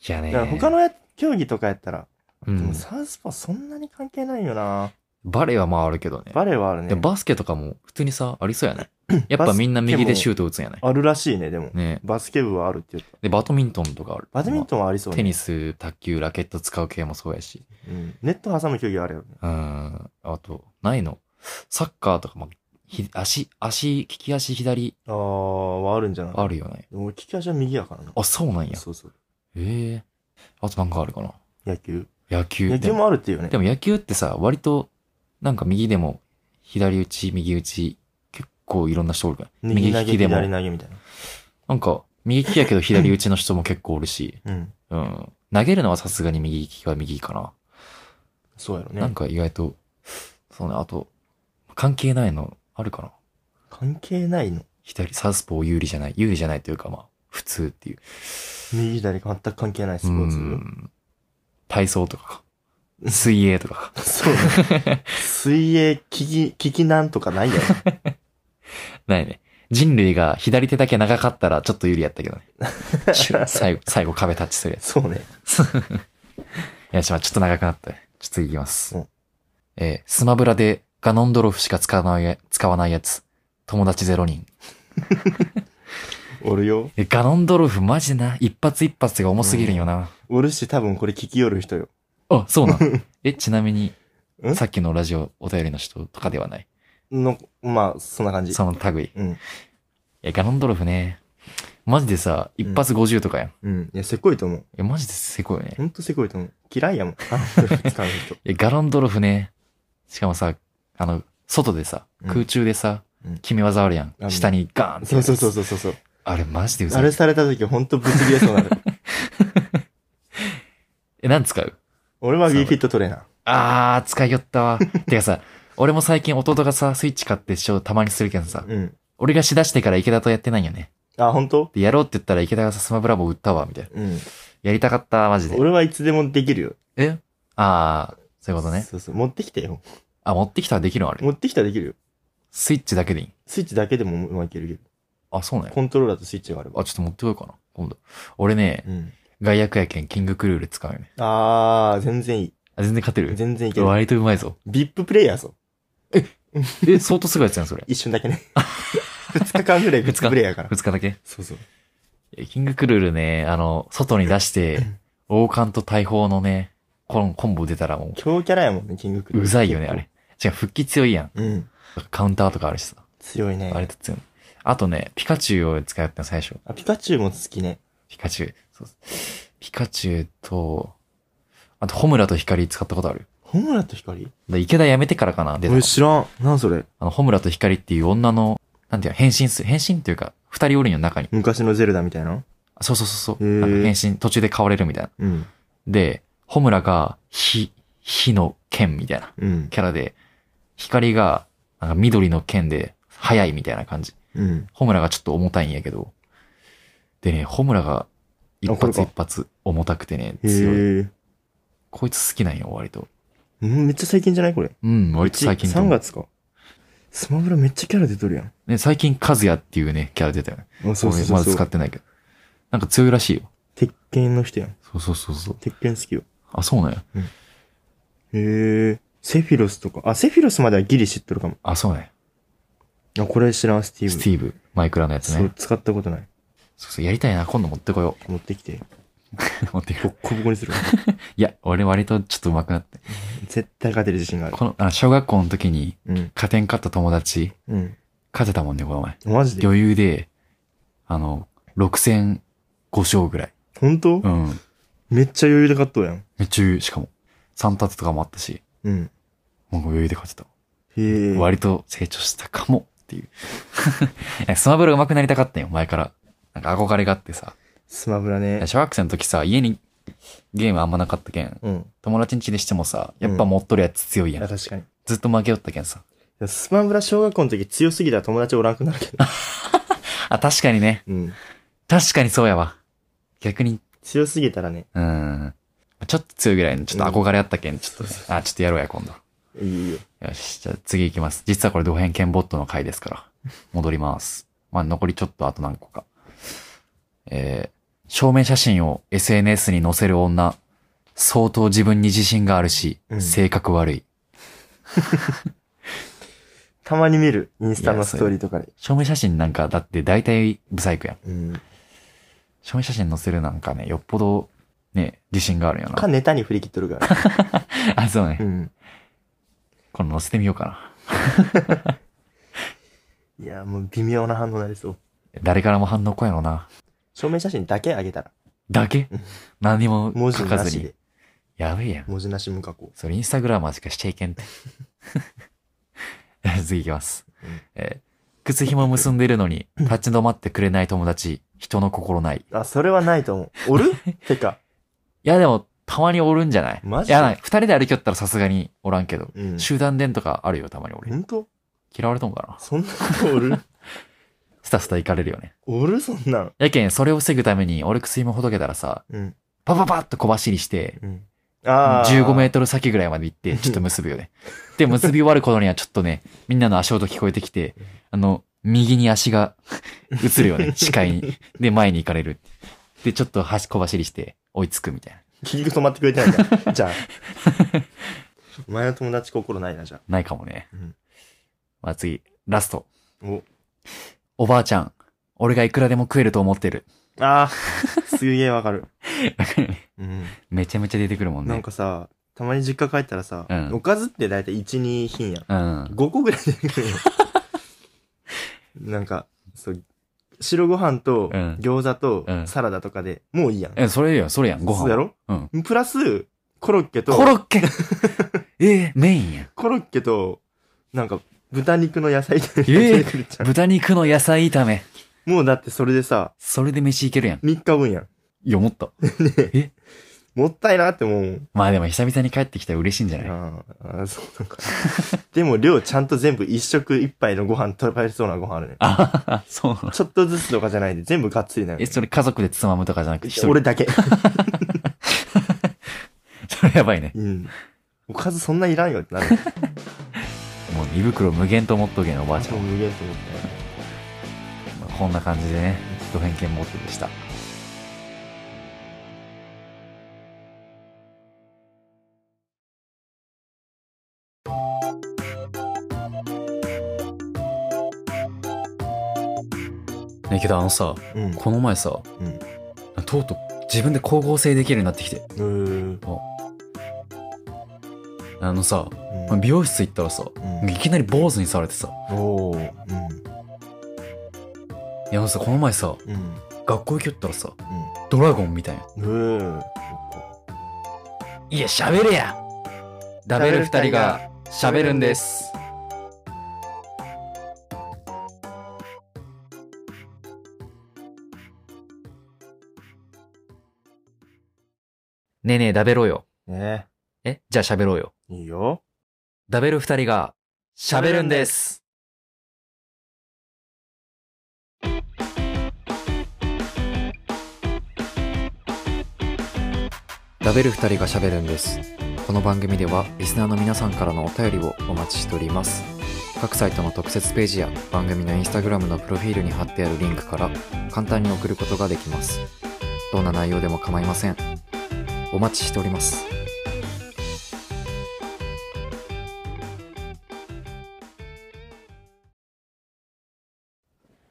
[SPEAKER 1] いやね
[SPEAKER 2] だから他のや競技とかやったら、
[SPEAKER 1] う
[SPEAKER 2] でも
[SPEAKER 1] ん。
[SPEAKER 2] サウスポーそんなに関係ないよな。
[SPEAKER 1] バレーはまああるけどね。
[SPEAKER 2] バレーはある
[SPEAKER 1] で
[SPEAKER 2] ね
[SPEAKER 1] も。バスケとかも普通にさ、ありそうやね。やっぱみんな右でシュート打つんやない
[SPEAKER 2] あるらしいね、でも。
[SPEAKER 1] ね
[SPEAKER 2] バスケ部はあるって言った。
[SPEAKER 1] で、バドミントンとかある。
[SPEAKER 2] バドミントンはありそ
[SPEAKER 1] ま
[SPEAKER 2] う
[SPEAKER 1] あテ
[SPEAKER 2] ね。
[SPEAKER 1] ニス、卓球、ラケット使う系もそうやし。
[SPEAKER 2] うん。ネット挟む競技あるよね。
[SPEAKER 1] うーん。あと、ないの。サッカーとかも、ひ足、足、利き足左
[SPEAKER 2] ああ、はあるんじゃない
[SPEAKER 1] あるよね。
[SPEAKER 2] 俺、利き足は右やからな。
[SPEAKER 1] あ、そうなんや。
[SPEAKER 2] そうそう。
[SPEAKER 1] ええあとなんかあるかな。
[SPEAKER 2] 野球。
[SPEAKER 1] 野球。
[SPEAKER 2] 野球もあるっていうね
[SPEAKER 1] で。もでも野球ってさ、割と、なんか右でも、左打ち、右打ち、結構いろんな人おるから。
[SPEAKER 2] 右投
[SPEAKER 1] 利
[SPEAKER 2] げ、
[SPEAKER 1] きでも、
[SPEAKER 2] 左投げみたい
[SPEAKER 1] なんか、右利きやけど左打ちの人も結構おるし。
[SPEAKER 2] な。うん。
[SPEAKER 1] うん。投げるのはさすがに右利きは右かな。
[SPEAKER 2] そうやろ
[SPEAKER 1] な
[SPEAKER 2] ね
[SPEAKER 1] ん。か意外と、そうね、あと、関係ないのあるかな
[SPEAKER 2] 関係ないの。
[SPEAKER 1] 左、サウスポー有利じゃない、有利じゃないというかまあ、普通っていう。
[SPEAKER 2] 右左全く関係ないス
[SPEAKER 1] う
[SPEAKER 2] ポーツ。
[SPEAKER 1] ん。体操とかか。水泳とかか。
[SPEAKER 2] そうね。水泳、聞き、聞きなんとかないや ろ。
[SPEAKER 1] ないね。人類が左手だけ長かったらちょっと有利やったけ どね。シュッ最後、最後壁タッチするやつ。
[SPEAKER 2] そうね。
[SPEAKER 1] いや、ちょっと長くなったね。ちょっといきます。
[SPEAKER 2] うん
[SPEAKER 1] えースマブラでガノンドロフしか使わないや、使わないやつ。友達0人。
[SPEAKER 2] おるよ。
[SPEAKER 1] えガノンドロフマジな、一発一発が重すぎるんよな。
[SPEAKER 2] おるし、多分これ聞きよる人よ。
[SPEAKER 1] あ、そうな のえ、ちなみに、
[SPEAKER 2] ん
[SPEAKER 1] さっきのラジオお便りの人とかではない。
[SPEAKER 2] の、まあ、そんな感じ。
[SPEAKER 1] その類。
[SPEAKER 2] うん。
[SPEAKER 1] え、ガノンドロフね。マジでさ、一発50とかやん。い
[SPEAKER 2] うん。いや、せこいと思う。
[SPEAKER 1] や、マジでせこいよね。
[SPEAKER 2] ほんとせこいと思う。嫌 いやもん。あの人使う人。
[SPEAKER 1] え、ガノンドロフね。しかもさ、あの、外でさ、
[SPEAKER 2] うん
[SPEAKER 1] 空中でさ、
[SPEAKER 2] うん
[SPEAKER 1] 決め技あるやん。
[SPEAKER 2] あの
[SPEAKER 1] 下にガーンって
[SPEAKER 2] そ
[SPEAKER 1] や
[SPEAKER 2] う
[SPEAKER 1] つ
[SPEAKER 2] そうそうそうそう そう。
[SPEAKER 1] あれマジでうざ
[SPEAKER 2] あ
[SPEAKER 1] い
[SPEAKER 2] れ。された時ほんとぶち切れそうになる。
[SPEAKER 1] え、なん使う
[SPEAKER 2] 俺は w ーフィットトレーナー。
[SPEAKER 1] あー、使いよった わ。てかさ、俺も最近弟がさ、スイッチ買ってショーたまにするけどさ、
[SPEAKER 2] うん。
[SPEAKER 1] 俺がしだしてから池田とやってないよね。
[SPEAKER 2] あ、本当？
[SPEAKER 1] で、やろうって言ったら池田がさ、スマブラボ売ったわ、みたいな。
[SPEAKER 2] うん。
[SPEAKER 1] やりたかった、マジで。
[SPEAKER 2] 俺はいつでもできるよ。
[SPEAKER 1] えあー、そういうことね。
[SPEAKER 2] そうそう。持ってきてよ。
[SPEAKER 1] あ、持ってきたらできるのあれ。
[SPEAKER 2] 持ってきたらできるよ。
[SPEAKER 1] スイッチだけでいい
[SPEAKER 2] スイッチだけでももういけるけど。
[SPEAKER 1] あ、そうなんや。
[SPEAKER 2] コントローラーとスイッチがあれば。
[SPEAKER 1] あ、ちょっと持ってこようかな、今度。俺ね、
[SPEAKER 2] うん。
[SPEAKER 1] 外役やけん、キングクルール使うよね。
[SPEAKER 2] あー、全然いい。
[SPEAKER 1] あ、全然勝てる
[SPEAKER 2] 全然いける。
[SPEAKER 1] 割とうまいぞ。
[SPEAKER 2] VIP プレイヤーぞ。
[SPEAKER 1] え、相当すごいやつやん、それ。
[SPEAKER 2] 一瞬だ けね。二日間ぐらい VIP プレイヤーから。
[SPEAKER 1] 二日だけ
[SPEAKER 2] そうそう。
[SPEAKER 1] えキングクルールね、あの、外に出して、王冠と大砲のね、コンコンボ出たらも
[SPEAKER 2] 強キャラやもんね、キングク
[SPEAKER 1] う、
[SPEAKER 2] ルー。
[SPEAKER 1] うざいよね、あれ。。違う、復帰強いやん。
[SPEAKER 2] うん。
[SPEAKER 1] カウンターとかあるしさ。
[SPEAKER 2] 強いね。
[SPEAKER 1] 割と強い。あとね、ピカチュウを使うっての最初。
[SPEAKER 2] あ、ピカチュウも好きね。
[SPEAKER 1] ピカチュウ。そうピカチュウと、あと、ホムラとヒカリ使ったことある
[SPEAKER 2] ホムラと光
[SPEAKER 1] で池田辞めてからかな、出たの。
[SPEAKER 2] らん。なんそれ。
[SPEAKER 1] あの、ホムラとヒカリっていう女の、なんていうの、変身する。変身っていうか、二人おるんよ、中に。
[SPEAKER 2] 昔のゼルダみたいな
[SPEAKER 1] そうそうそうそう。
[SPEAKER 2] へー
[SPEAKER 1] なんか変身、途中で変われるみたいな。
[SPEAKER 2] うん。
[SPEAKER 1] で、ホムラが、火、火の剣みたいな
[SPEAKER 2] うん。
[SPEAKER 1] キャラで、光が、なんか緑の剣で、速いみたいな感じ。
[SPEAKER 2] うん。
[SPEAKER 1] ホムラがちょっと重たいんやけど。でね、ホムラが、一
[SPEAKER 2] あこれ
[SPEAKER 1] 発
[SPEAKER 2] か
[SPEAKER 1] 一発重たくてね、
[SPEAKER 2] へ
[SPEAKER 1] 強い。
[SPEAKER 2] え。
[SPEAKER 1] こいつ好きなんよ、割と。
[SPEAKER 2] うんめっちゃ最近じゃないこれ。
[SPEAKER 1] うん、割と最近と
[SPEAKER 2] 3
[SPEAKER 1] 思う。
[SPEAKER 2] 月か。スマブラめっちゃキャラ出とるやん。
[SPEAKER 1] ね、最近、カズヤっていうね、キャラ出たよね。
[SPEAKER 2] あ、そうそう
[SPEAKER 1] 俺
[SPEAKER 2] そう
[SPEAKER 1] まだ
[SPEAKER 2] そ
[SPEAKER 1] 使っ
[SPEAKER 2] う。
[SPEAKER 1] てないけど。なんか強いらしいよ。
[SPEAKER 2] 鉄拳の人やん。
[SPEAKER 1] そうそうそうそう。
[SPEAKER 2] 鉄拳好きよ。
[SPEAKER 1] あ、そうなんや。
[SPEAKER 2] へえ。セフィロスとか。あ、セフィロスまではギリ知っとるかも。
[SPEAKER 1] あ、そうなんや。
[SPEAKER 2] あ、これ知らん、スティー
[SPEAKER 1] ス
[SPEAKER 2] ブ。
[SPEAKER 1] ティーブ、マイクラのやつね。
[SPEAKER 2] そう、使ったことない。
[SPEAKER 1] そうそう、やりたいな。今度持ってこよ
[SPEAKER 2] 持ってきて。
[SPEAKER 1] う。持 ってこ
[SPEAKER 2] ボッコボコにするわ。
[SPEAKER 1] いや、俺割とちょっと上手くなって。
[SPEAKER 2] 絶対勝てる自 信がある。
[SPEAKER 1] この、あの小学校の時に、
[SPEAKER 2] うん。
[SPEAKER 1] 家庭に勝った友達、
[SPEAKER 2] うん。
[SPEAKER 1] 勝てたもんね、この前。
[SPEAKER 2] マジで
[SPEAKER 1] 余裕で、あの、6戦5勝ぐらい。
[SPEAKER 2] 本当、
[SPEAKER 1] うん。
[SPEAKER 2] めっちゃ余裕で勝っとうやん。
[SPEAKER 1] めっちゃ余裕、しかも。3タツとかもあったし、
[SPEAKER 2] うん。
[SPEAKER 1] もう余裕で勝てた。
[SPEAKER 2] へえ。
[SPEAKER 1] 割と成長したかも、っていう。 いやスマブラ上手くなりたかったんよ、前から。なんか憧れがあってさ。
[SPEAKER 2] スマブラね。
[SPEAKER 1] 小学生の時さ、家にゲームあんまなかったけん、
[SPEAKER 2] うん。
[SPEAKER 1] 友達ん家でしてもさ、やっぱ持っとるやつ強い
[SPEAKER 2] い
[SPEAKER 1] やん。
[SPEAKER 2] や、確かに。い
[SPEAKER 1] ずっと負けよったけんさ。
[SPEAKER 2] やスマブラ小学校の時強すぎたら友達おらんくなるけど。
[SPEAKER 1] あ、確かにね。
[SPEAKER 2] うん。
[SPEAKER 1] 確かにそうやわ。逆に、
[SPEAKER 2] 強すぎたらね、
[SPEAKER 1] うん。ちょっと強いぐらいの、ちょっと憧れあったけん、ちょっと、あ、ちょっとやろうや、今度。
[SPEAKER 2] いいよ。
[SPEAKER 1] よし、じゃあ次行きます。実はこれ、ド変ンボットの回ですから。戻ります。まあ、残りちょっとあと何個か。えー、証明写真を SNS に載せる女。相当自分に自信があるし、
[SPEAKER 2] うん
[SPEAKER 1] 性格悪い。
[SPEAKER 2] たまに見る。インスタ
[SPEAKER 1] いや
[SPEAKER 2] のストーリーとかで。
[SPEAKER 1] 証明写真なんか、だって大体、ブサイクやん。
[SPEAKER 2] うん。
[SPEAKER 1] 証明写真載せるなんかね、よっぽど、ね、自信があるよ
[SPEAKER 2] か、
[SPEAKER 1] な。
[SPEAKER 2] ネタに振り切っと るから。
[SPEAKER 1] あ、そうね
[SPEAKER 2] う。ん。
[SPEAKER 1] この載せてみようかな。
[SPEAKER 2] いや、もう微妙な反応になりそう。
[SPEAKER 1] 誰からも反応来やろな。
[SPEAKER 2] 証明写真だけあげたら。
[SPEAKER 1] だけ何も
[SPEAKER 2] 文字
[SPEAKER 1] 書か
[SPEAKER 2] な
[SPEAKER 1] ず
[SPEAKER 2] し
[SPEAKER 1] に
[SPEAKER 2] で。。
[SPEAKER 1] やべえやん。
[SPEAKER 2] 文字なし無加工。
[SPEAKER 1] それインスタグラマーしかしちゃい けんって。次いきます。えー靴紐結んでるのに立ち止まってくれない友達、人の心ない。い
[SPEAKER 2] あ、それはないと思う。おるてか。
[SPEAKER 1] やでも、たまにおるんじゃない
[SPEAKER 2] マジ
[SPEAKER 1] いやな、二人で歩きよったらさすがにおらんけど。
[SPEAKER 2] うん。
[SPEAKER 1] 集団伝とかあるよ、たまに俺。
[SPEAKER 2] 本当
[SPEAKER 1] 嫌われとんかな
[SPEAKER 2] そんなのおる
[SPEAKER 1] スタスタ行かれるよね。
[SPEAKER 2] おるそんなん。
[SPEAKER 1] やけん、それを防ぐために俺靴紐ほどけたらさ、
[SPEAKER 2] うん。
[SPEAKER 1] パパパッと小走りして、
[SPEAKER 2] うん。ああ。
[SPEAKER 1] 15メートル先ぐらいまで行って、ちょっと結ぶよ ね。で、結び終わる頃にはちょっとね、みんなの足音聞こえてきて、あの、右に足が 映るよね、視界に。で、前に行かれる。で、ちょっと走小走りして、追いつくみたいな。
[SPEAKER 2] 結局止まってくれてないん だ。じゃあ。お前の友達心ないな、じゃ
[SPEAKER 1] ないかもね。
[SPEAKER 2] うん
[SPEAKER 1] まあ次、ラスト。
[SPEAKER 2] あ。お。
[SPEAKER 1] おばあちゃん、俺がいくらでも食えると思ってる。
[SPEAKER 2] ああ、すげえわかる。うん。
[SPEAKER 1] めちゃめちゃ出てくるもんね。
[SPEAKER 2] なんかさ、たまに実家帰ったらさ、
[SPEAKER 1] うん
[SPEAKER 2] おかずって大体1、2品やん。
[SPEAKER 1] うん。
[SPEAKER 2] 5個ぐらい出 てくるよ。なんか、そう、白ご飯と
[SPEAKER 1] うん
[SPEAKER 2] 餃子
[SPEAKER 1] う
[SPEAKER 2] と
[SPEAKER 1] ん
[SPEAKER 2] サラダとかで、もういいやん。
[SPEAKER 1] え、それやん、それやん、ご飯。
[SPEAKER 2] そうやろ
[SPEAKER 1] うん。
[SPEAKER 2] プラス、コロッケと、
[SPEAKER 1] コロッケ えーメインやん。
[SPEAKER 2] コロッケと、なんか、豚肉の野菜炒め
[SPEAKER 1] ええ
[SPEAKER 2] 出てくるじゃん
[SPEAKER 1] 豚肉の野菜炒め。
[SPEAKER 2] もうだってそれでさ、
[SPEAKER 1] それで飯いけるやん。
[SPEAKER 2] 3日分やん。
[SPEAKER 1] いや、思った。え
[SPEAKER 2] もったいなって思うもん。
[SPEAKER 1] まあでも久々に帰ってきたら嬉しいんじゃない
[SPEAKER 2] ああ、そうなんか。でも量ちゃんと全部一食一杯のご飯食べそうなご飯あるね。
[SPEAKER 1] あそうなの。
[SPEAKER 2] ちょっとずつとかじゃないで全部がっつりなの
[SPEAKER 1] え、。それ家族でつまむとかじゃなくて一人。
[SPEAKER 2] 俺だけ。
[SPEAKER 1] それやばいね。
[SPEAKER 2] うん。おかずそんないらんよってなる。
[SPEAKER 1] もう胃袋無限と思っとけんおばあちゃん
[SPEAKER 2] もう無限と思って。
[SPEAKER 1] まあこんな感じでね、ド偏見持ってでした。ねえけどあのさ、
[SPEAKER 2] うん。
[SPEAKER 1] この前さ、
[SPEAKER 2] うん
[SPEAKER 1] とうとう自分で光合成できるようになってきて。
[SPEAKER 2] うーん。
[SPEAKER 1] あのさ、
[SPEAKER 2] うん
[SPEAKER 1] 美容室行ったらさ、
[SPEAKER 2] うん
[SPEAKER 1] いきなり坊主にされてさ、
[SPEAKER 2] おー。
[SPEAKER 1] いやあのさ、この前さ、
[SPEAKER 2] うん。うん。
[SPEAKER 1] 学校行きよったらさ、ドラゴンみたいな。
[SPEAKER 2] うん。うーん。
[SPEAKER 1] いや、喋れやダ。
[SPEAKER 2] ベル二人が喋るんです
[SPEAKER 1] ねえねえ、ダベろうよ。
[SPEAKER 2] ね
[SPEAKER 1] えじゃあ喋ろうよ。
[SPEAKER 2] いいよ。
[SPEAKER 1] ダベる二人が喋るんです。
[SPEAKER 5] ラベル2人が喋るんですこの番組ではリスナーの皆さんからのお便りをお待ちしております各サイトの特設ページや番組のインスタグラムのプロフィールに貼ってあるリンクから簡単に送ることができますどんな内容でも構いませんお待ちしております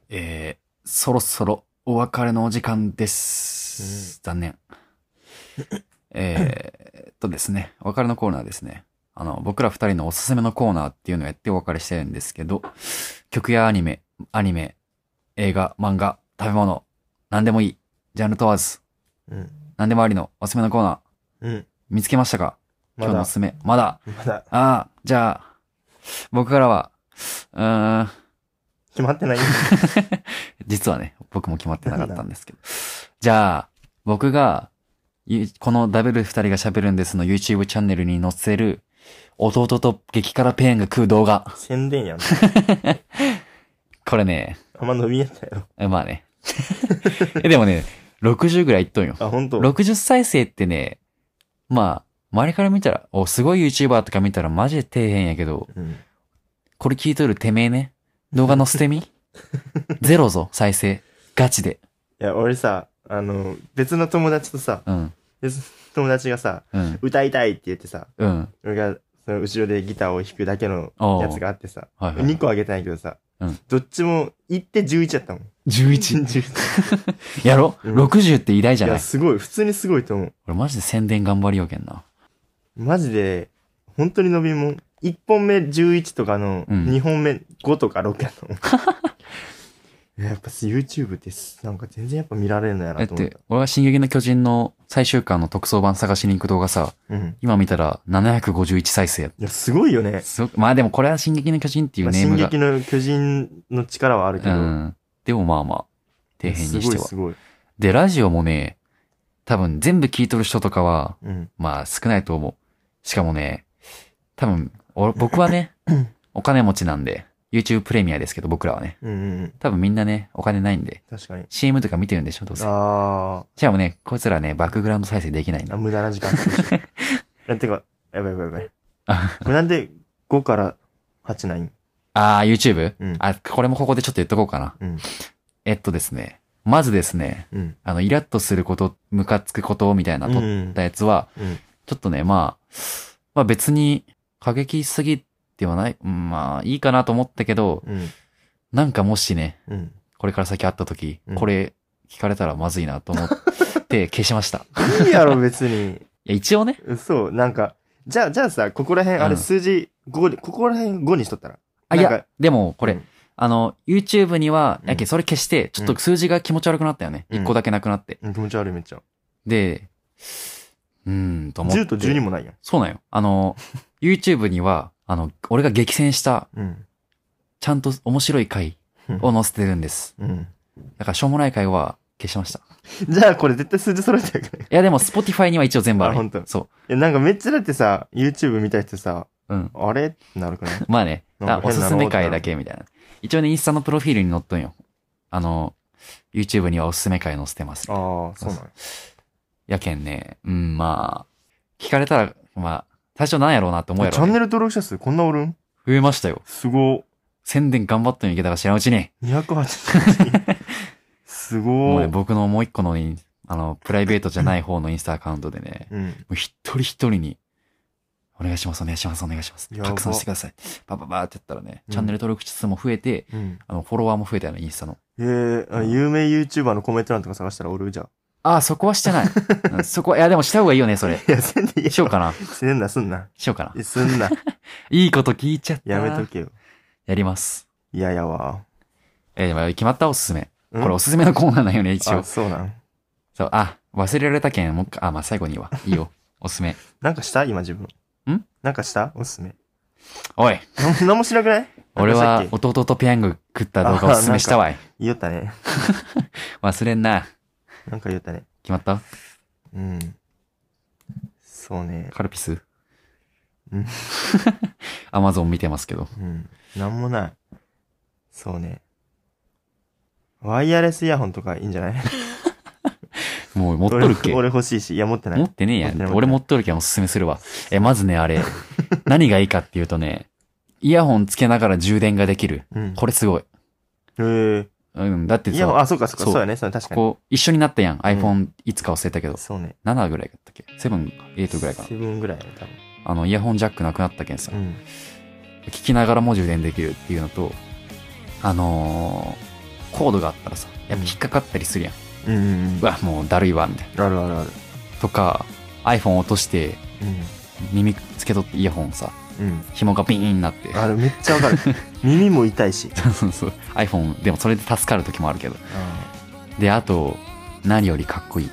[SPEAKER 1] えー、そろそろお別れのお時間です。残念。えーっとですね、お別れのコーナーですね。あの、僕ら二人のおすすめのコーナーっていうのをやってお別れしてるんですけど、曲やアニメ、アニメ、映画、漫画、食べ物、何でもいい、ジャンル問わず、
[SPEAKER 2] うん。
[SPEAKER 1] 何でもありのおすすめのコーナー、
[SPEAKER 2] うん。
[SPEAKER 1] 見つけましたか
[SPEAKER 2] ま
[SPEAKER 1] 今日のお
[SPEAKER 2] だ
[SPEAKER 1] す、すめ。まだ。
[SPEAKER 2] まだ、
[SPEAKER 1] ああ、じゃあ、僕からは、うーん、
[SPEAKER 2] 決まってない。
[SPEAKER 1] 実はね、僕も決まってなかったんですけど。じゃあ、僕が、ゆこのダブル二人が喋るんですの YouTube チャンネルに載せる、弟と激辛ペンが食う動画。
[SPEAKER 2] 宣伝やん。
[SPEAKER 1] これね、
[SPEAKER 2] あんま伸びやったやろ。
[SPEAKER 1] えまあね。 えでもね、60ぐらいいっとんよ。
[SPEAKER 2] あ、ほんと。
[SPEAKER 1] 60再生ってね、まあ、周りから見たら、お、すごい YouTuber とか見たらマジで底辺やけど、
[SPEAKER 2] うん。
[SPEAKER 1] これ聞いとるてめえね、動画載せて みゼロぞ、再生。ガチで。
[SPEAKER 2] いや、俺さ、あの、別の友達とさ、
[SPEAKER 1] うん、
[SPEAKER 2] 別の友達がさ、
[SPEAKER 1] うん、
[SPEAKER 2] 歌いたいって言ってさ、
[SPEAKER 1] うん。
[SPEAKER 2] 俺が、その後ろでギターを弾くだけのやつがあってさ、
[SPEAKER 1] はいはいはい
[SPEAKER 2] 2個あげたんやけどさ、
[SPEAKER 1] うん
[SPEAKER 2] どっちも行って11やったもん。
[SPEAKER 1] 11。
[SPEAKER 2] 11。
[SPEAKER 1] やろ、
[SPEAKER 2] うん
[SPEAKER 1] ?60 って偉大じゃ
[SPEAKER 2] い
[SPEAKER 1] な
[SPEAKER 2] や、
[SPEAKER 1] い
[SPEAKER 2] すごい、普通にすごいと思う。
[SPEAKER 1] 俺マジで宣伝頑張りようけんな。
[SPEAKER 2] マジで、本当に伸びんもん。1本目11とかの、
[SPEAKER 1] うん
[SPEAKER 2] 2本目5とか6やったもん。い ややっぱ YouTube ってすなんか全然やっぱ見られるのや
[SPEAKER 1] だっ
[SPEAKER 2] なと思ってた。、
[SPEAKER 1] 俺は進撃の巨人の最終巻の特装版探しに行く動画さ、
[SPEAKER 2] うん。
[SPEAKER 1] 今見たら751再生やっ
[SPEAKER 2] いや、すごいよね
[SPEAKER 1] た。。すごくまあでもこれは進撃の巨人っていう
[SPEAKER 2] まあ
[SPEAKER 1] ネー
[SPEAKER 2] 進
[SPEAKER 1] ムが
[SPEAKER 2] 撃。の巨人の力はあるけど、
[SPEAKER 1] うん。でもまあまあ、底辺
[SPEAKER 2] す
[SPEAKER 1] に
[SPEAKER 2] ご
[SPEAKER 1] して
[SPEAKER 2] い
[SPEAKER 1] は
[SPEAKER 2] す。ごい。
[SPEAKER 1] で、ラジオもね、多分全部聞いとる人とかは、
[SPEAKER 2] うん。
[SPEAKER 1] まあ少ないと思う。しかもね、多分、俺僕は ね、お金持ちなんで、YouTube プレミアですけど僕らはね。
[SPEAKER 2] うんうんうん。
[SPEAKER 1] 多分みんなね、お金ないんで、
[SPEAKER 2] 確かに。
[SPEAKER 1] CM とか見てるんでしょどうせ。
[SPEAKER 2] あ
[SPEAKER 1] しかもね、こいつらね、バックグラウンド再生できないん
[SPEAKER 2] ー
[SPEAKER 1] だ。
[SPEAKER 2] あ、無駄な時間。 え、てか、やばいやばいやばい。
[SPEAKER 1] あ
[SPEAKER 2] これなんで5から8ないん
[SPEAKER 1] あー、YouTube?、
[SPEAKER 2] うん
[SPEAKER 1] あ、これもここでちょっと言っとこうかな。
[SPEAKER 2] うん。
[SPEAKER 1] えっとですね。まずですね、
[SPEAKER 2] うん。
[SPEAKER 1] あの、イラッとすること、ムカつくことみたいな
[SPEAKER 2] うん
[SPEAKER 1] 撮
[SPEAKER 2] う
[SPEAKER 1] っ
[SPEAKER 2] ん
[SPEAKER 1] たやつは、
[SPEAKER 2] うん。
[SPEAKER 1] ちょっとね、まあ、まあ別に過激すぎではない、うんまあいいかなと思ったけど、
[SPEAKER 2] うん。
[SPEAKER 1] なんかもしね、
[SPEAKER 2] うん。
[SPEAKER 1] これから先会った時、
[SPEAKER 2] うん
[SPEAKER 1] これ聞かれたらまずいなと思って消しま した。い
[SPEAKER 2] いいやろ、別に。
[SPEAKER 1] や、一応ね、
[SPEAKER 2] そう、なんか、じゃあ、じゃあさ、ここら辺、あ
[SPEAKER 1] う
[SPEAKER 2] れ
[SPEAKER 1] ん
[SPEAKER 2] 数字5で、ここら辺5にしとったら。
[SPEAKER 1] あ、い
[SPEAKER 2] なんか
[SPEAKER 1] や、でもこれ、
[SPEAKER 2] うん
[SPEAKER 1] あの、YouTube には、
[SPEAKER 2] うん
[SPEAKER 1] やけ、それ消して、ちょっと数字が気持ち悪くなったよね。一、
[SPEAKER 2] うん
[SPEAKER 1] 個だけなくなって。
[SPEAKER 2] うん気持ち悪い、めっちゃ。
[SPEAKER 1] で、うーん、と思って。
[SPEAKER 2] 10と12もないやん。
[SPEAKER 1] そうなんよ。あの、YouTube には、あの、俺が激戦した、
[SPEAKER 2] うん。
[SPEAKER 1] ちゃんと面白い回を載せてるんです。
[SPEAKER 2] うん。
[SPEAKER 1] だから、しょうもない回は消しました。
[SPEAKER 2] じゃあこれ絶対数字揃えちゃうから。い
[SPEAKER 1] いやでも Spotify には一応全部ある。
[SPEAKER 2] あ本当
[SPEAKER 1] そ
[SPEAKER 2] や、なんかめっちゃだってさ、YouTube 見た人さ、
[SPEAKER 1] う。うん。
[SPEAKER 2] あれってなるくない
[SPEAKER 1] まあね、
[SPEAKER 2] なんか
[SPEAKER 1] あ
[SPEAKER 2] 変
[SPEAKER 1] お
[SPEAKER 2] な
[SPEAKER 1] すすめ回だけみたいな。一応ね、インスタのプロフィールに載っとんよ。あの、YouTube にはおすすめ回載せてます。
[SPEAKER 2] ああ、そうなの。
[SPEAKER 1] やけんね、うん、まあ、聞かれたら、まあ、最初なんやろうなって思うや
[SPEAKER 2] チャ
[SPEAKER 1] ろ、
[SPEAKER 2] ン
[SPEAKER 1] ね。
[SPEAKER 2] ネル登録者数こんなおるん
[SPEAKER 1] 増えましたよ。
[SPEAKER 2] すご。
[SPEAKER 1] 宣伝頑張ってんいけたか知らんうちに。
[SPEAKER 2] 288。す
[SPEAKER 1] もう
[SPEAKER 2] ご
[SPEAKER 1] ね、
[SPEAKER 2] い。
[SPEAKER 1] 僕のもう一個のイン、あの、プライベートじゃない方のインスタアカウントで ね、
[SPEAKER 2] うん。
[SPEAKER 1] もう一人一人に、お願いします、お願いします、お願いします。
[SPEAKER 2] やば
[SPEAKER 1] 拡散してください。バババーってやったらね、
[SPEAKER 2] うん
[SPEAKER 1] チャンネル登録者数も増えて、
[SPEAKER 2] うん。
[SPEAKER 1] あの、フォロワーも増えたよね、インスタの。
[SPEAKER 2] えー、あ有名 YouTuber のコメント欄とか探したらおるじゃん。
[SPEAKER 1] ああ、そこはして ない。うんそこは、いや、でもした方 がいいよね、それ。
[SPEAKER 2] いや、せんでいい よ
[SPEAKER 1] しようかな。
[SPEAKER 2] せんな、すんな。
[SPEAKER 1] しようかな。
[SPEAKER 2] えすんな。
[SPEAKER 1] いいこと聞いちゃった。
[SPEAKER 2] やめとけよ。
[SPEAKER 1] やります。
[SPEAKER 2] いややわ。
[SPEAKER 1] えーでも決まったおすすめ。
[SPEAKER 2] うん
[SPEAKER 1] これおすすめのコーナーなんよね、一応
[SPEAKER 2] あ、。そうなん。
[SPEAKER 1] そう、あ、忘れられたけん、もう一回、あ、まあ、最後に は。いいよ。おすすめ。
[SPEAKER 2] なんかした今自分。
[SPEAKER 1] ん
[SPEAKER 2] なんかしたおすすめ。
[SPEAKER 1] おい、
[SPEAKER 2] ななんもしなくない
[SPEAKER 1] 俺
[SPEAKER 2] なん
[SPEAKER 1] は
[SPEAKER 2] かしたっ
[SPEAKER 1] 弟とペヤング食った動画おすすめしたわい。
[SPEAKER 2] け言おったね。
[SPEAKER 1] 忘れんな。
[SPEAKER 2] なんか言おったね。
[SPEAKER 1] 決まった
[SPEAKER 2] うん。そうね。
[SPEAKER 1] カルピス
[SPEAKER 2] うん。
[SPEAKER 1] アマゾン見てますけど。
[SPEAKER 2] うん。なんもない。そうね。ワイヤレスイヤホンとかいいんじゃない
[SPEAKER 1] もう持っと
[SPEAKER 2] 俺
[SPEAKER 1] るっけ
[SPEAKER 2] 俺欲しいし。いや、持ってな
[SPEAKER 1] 持っ
[SPEAKER 2] い。
[SPEAKER 1] てねえや
[SPEAKER 2] 持ってない
[SPEAKER 1] ん。俺持っとるけんおすすめするわ。え、まずね、あれ、何がいいかっていうとね、イヤホンつけながら充電ができる。
[SPEAKER 2] うん。
[SPEAKER 1] これすごい。
[SPEAKER 2] えー、
[SPEAKER 1] うん、だって
[SPEAKER 2] イヤホン、
[SPEAKER 1] さ、
[SPEAKER 2] あ、そうかそうか。
[SPEAKER 1] そ
[SPEAKER 2] そううやね。そう確かに。
[SPEAKER 1] こう、一緒になったやん。iPhone いつか忘れたけど、
[SPEAKER 2] そうね。
[SPEAKER 1] 7ぐらいだったっけ ?7、8ぐらいかな
[SPEAKER 2] セ。ブンぐらいやね、多分。
[SPEAKER 1] あの、イヤホンジャックなくなったけんさ
[SPEAKER 2] う、ん。
[SPEAKER 1] 聞きながらも充電できるっていうのと、あのーコードがあったらさ、やっぱ引っかかったりするやん。
[SPEAKER 2] うんうん
[SPEAKER 1] うわ、もうだるいわ、みたい
[SPEAKER 2] うん。あるあるあ
[SPEAKER 1] な。
[SPEAKER 2] る。
[SPEAKER 1] とか、iPhone 落として、
[SPEAKER 2] う
[SPEAKER 1] 耳つけとってイヤホンさ、
[SPEAKER 2] ん。うん。
[SPEAKER 1] 紐がビーンになって。
[SPEAKER 2] あれめっち ゃわかる。耳も痛いし。
[SPEAKER 1] そうそう。iPhone、でもそれで助かる時もあるけど。で、あと、何よりかっこいい。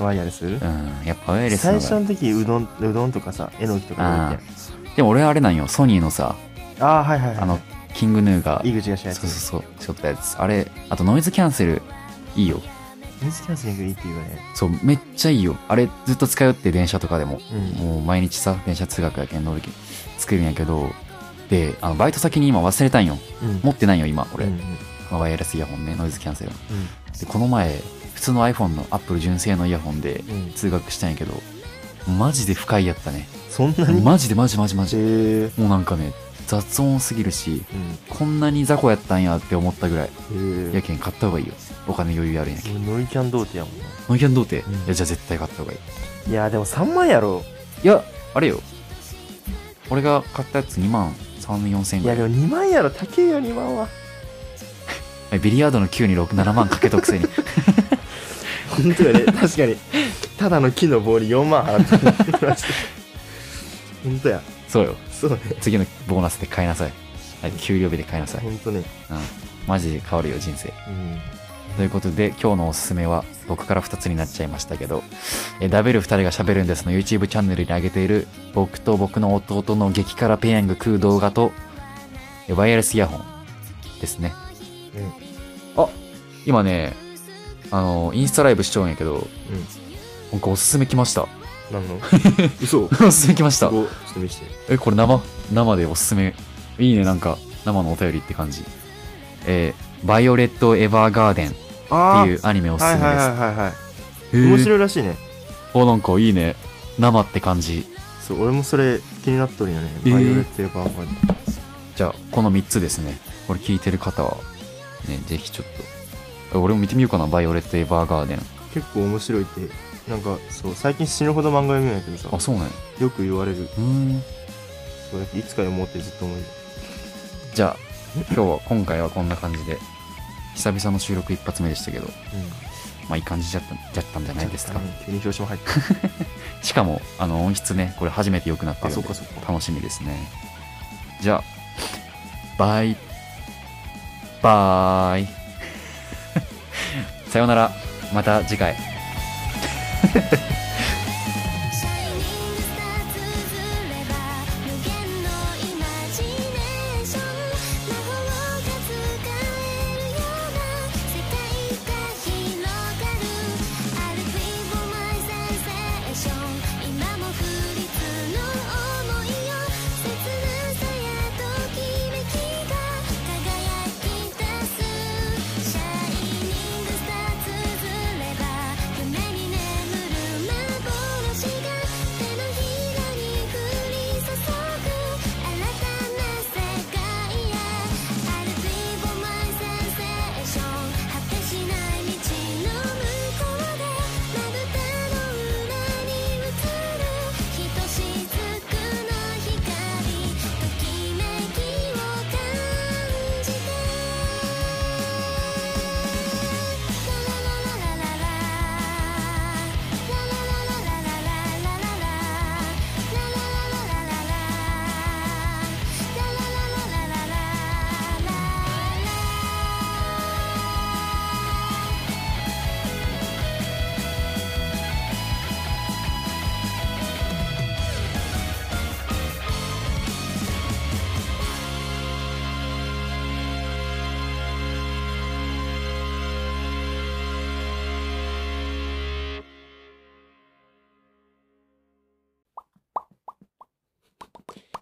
[SPEAKER 2] ワイヤレス
[SPEAKER 1] うん、やっぱワイヤレス
[SPEAKER 2] 最
[SPEAKER 1] の
[SPEAKER 2] 初
[SPEAKER 1] が。
[SPEAKER 2] の時うどんうどんとかさえのきとか置いて
[SPEAKER 1] でも俺あれなんよ、ソニーのさ、
[SPEAKER 2] ああはいはいはい
[SPEAKER 1] あの、キングヌーが、
[SPEAKER 2] 井口がした
[SPEAKER 1] そう
[SPEAKER 2] や
[SPEAKER 1] そう
[SPEAKER 2] つ
[SPEAKER 1] そう、しょったやつ。あれ、あとノイズキャンセル、いいよ。
[SPEAKER 2] ミスキャンセリングいいっていうよね
[SPEAKER 1] そう、めっちゃいいよ。あれ、ずっと使うって、電車とかでも。
[SPEAKER 2] うん
[SPEAKER 1] もう毎日さ、電車通学やけん乗る気作るんやけど、で、あの、バイト先に今忘れたんよ。
[SPEAKER 2] うん
[SPEAKER 1] 持ってないよ、今、
[SPEAKER 2] う
[SPEAKER 1] 俺。
[SPEAKER 2] んうん
[SPEAKER 1] ワイヤレスイヤホンね、ノイズキャンセルの。で、この前、普通の iPhone の Apple 純正のイヤホンで
[SPEAKER 2] うん
[SPEAKER 1] 通学したんやけど、マジで不快やったね。
[SPEAKER 2] そんなに
[SPEAKER 1] マジでマジマジマジ。
[SPEAKER 2] へえ
[SPEAKER 1] もうなんかね、雑音すぎるし、
[SPEAKER 2] うん
[SPEAKER 1] こんなに雑魚やったんやって思ったぐらい。
[SPEAKER 2] へ
[SPEAKER 1] やけん買った方がいいよ。お金余裕あるんやけん。
[SPEAKER 2] えノイキャン童貞やもんな
[SPEAKER 1] ノイキャン童貞、
[SPEAKER 2] うん
[SPEAKER 1] いや、じゃあ絶対買った方がいい。
[SPEAKER 2] いやでも3万やろ
[SPEAKER 1] いや、あれよ。俺が買ったやつ2万3、4千円
[SPEAKER 2] い
[SPEAKER 1] ぐ
[SPEAKER 2] やで
[SPEAKER 1] らい
[SPEAKER 2] も2万やろ高えよ2万は
[SPEAKER 1] え。ビリヤードの9に6、7万かけとくせに。
[SPEAKER 2] 本当よね 確かにただの木の棒に4万払ってました本当や
[SPEAKER 1] そうよ。
[SPEAKER 2] そうね
[SPEAKER 1] 次のボーナスで買いなさい。はい、給料日で買いなさい。うん。
[SPEAKER 2] 本当ね
[SPEAKER 1] マジで変わるよ、人生。
[SPEAKER 2] うん
[SPEAKER 1] ということで、今日のおすすめは、僕から2つになっちゃいましたけど、え、ダブル2人が喋るんですの YouTube チャンネルに上げている、僕と僕の弟の激辛ペヤング食う動画と、えワイヤレスイヤホンですね。
[SPEAKER 2] うん
[SPEAKER 1] あ、今ね、あの、インスタライブしちゃうんやけど、
[SPEAKER 2] うん
[SPEAKER 1] なんかおすすめ来ました。
[SPEAKER 2] 何の 嘘
[SPEAKER 1] おすすめ来ました。
[SPEAKER 2] ごちょっと見せて
[SPEAKER 1] え、これ生生でおすすめ。いいね、なんか、生のお便りって感じ。えーバイオレット・エヴァーガーデンって
[SPEAKER 2] あ
[SPEAKER 1] いうアニメおすす
[SPEAKER 2] は
[SPEAKER 1] め
[SPEAKER 2] い
[SPEAKER 1] です。
[SPEAKER 2] はいはいはいはい
[SPEAKER 1] へー
[SPEAKER 2] 面白いらしいね
[SPEAKER 1] お、なんかいいね。生って感じ。
[SPEAKER 2] そう俺もそれ気になっとるよね
[SPEAKER 1] えー
[SPEAKER 2] バイオレットエヴァーガーデン
[SPEAKER 1] じゃあ、この3つですね。これ聞いてる方は、ね、ぜひちょっと。え俺も見てみようかな、バイオレット・エヴァーガーデン。
[SPEAKER 2] 結構面白いってなんかそう最近死ぬほど漫画読むんやけどさ
[SPEAKER 1] あ、そうなんや。
[SPEAKER 2] よく言われる
[SPEAKER 1] うーん。
[SPEAKER 2] そうやっていつか読もうってずっと思う
[SPEAKER 1] じゃあ、今日は、今回はこんな感じで、久々の収録一発目でしたけど、まあいい感じじゃったじゃったんじゃないですか。
[SPEAKER 2] 急に広島入って
[SPEAKER 1] しかも、あの、音質ね、これ初めて良くなって
[SPEAKER 2] あ
[SPEAKER 1] るん
[SPEAKER 2] そ
[SPEAKER 1] で
[SPEAKER 2] っかそっか
[SPEAKER 1] 楽しみですね。じゃあ、バイ、バーイ。 さようなら、また次回。
[SPEAKER 3] 「シャイニングスターつづれば無限のイマジネーション」「魔法が使えるような世界が広がる」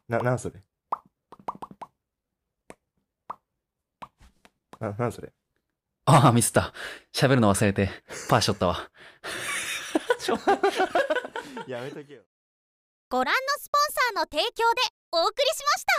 [SPEAKER 2] な、なんそれな、なんそれ
[SPEAKER 1] ああ、ミスった。喋るの忘れて、パーしょったわ。
[SPEAKER 2] やめとけよ。
[SPEAKER 3] ご覧のスポンサーの提供でお送りしました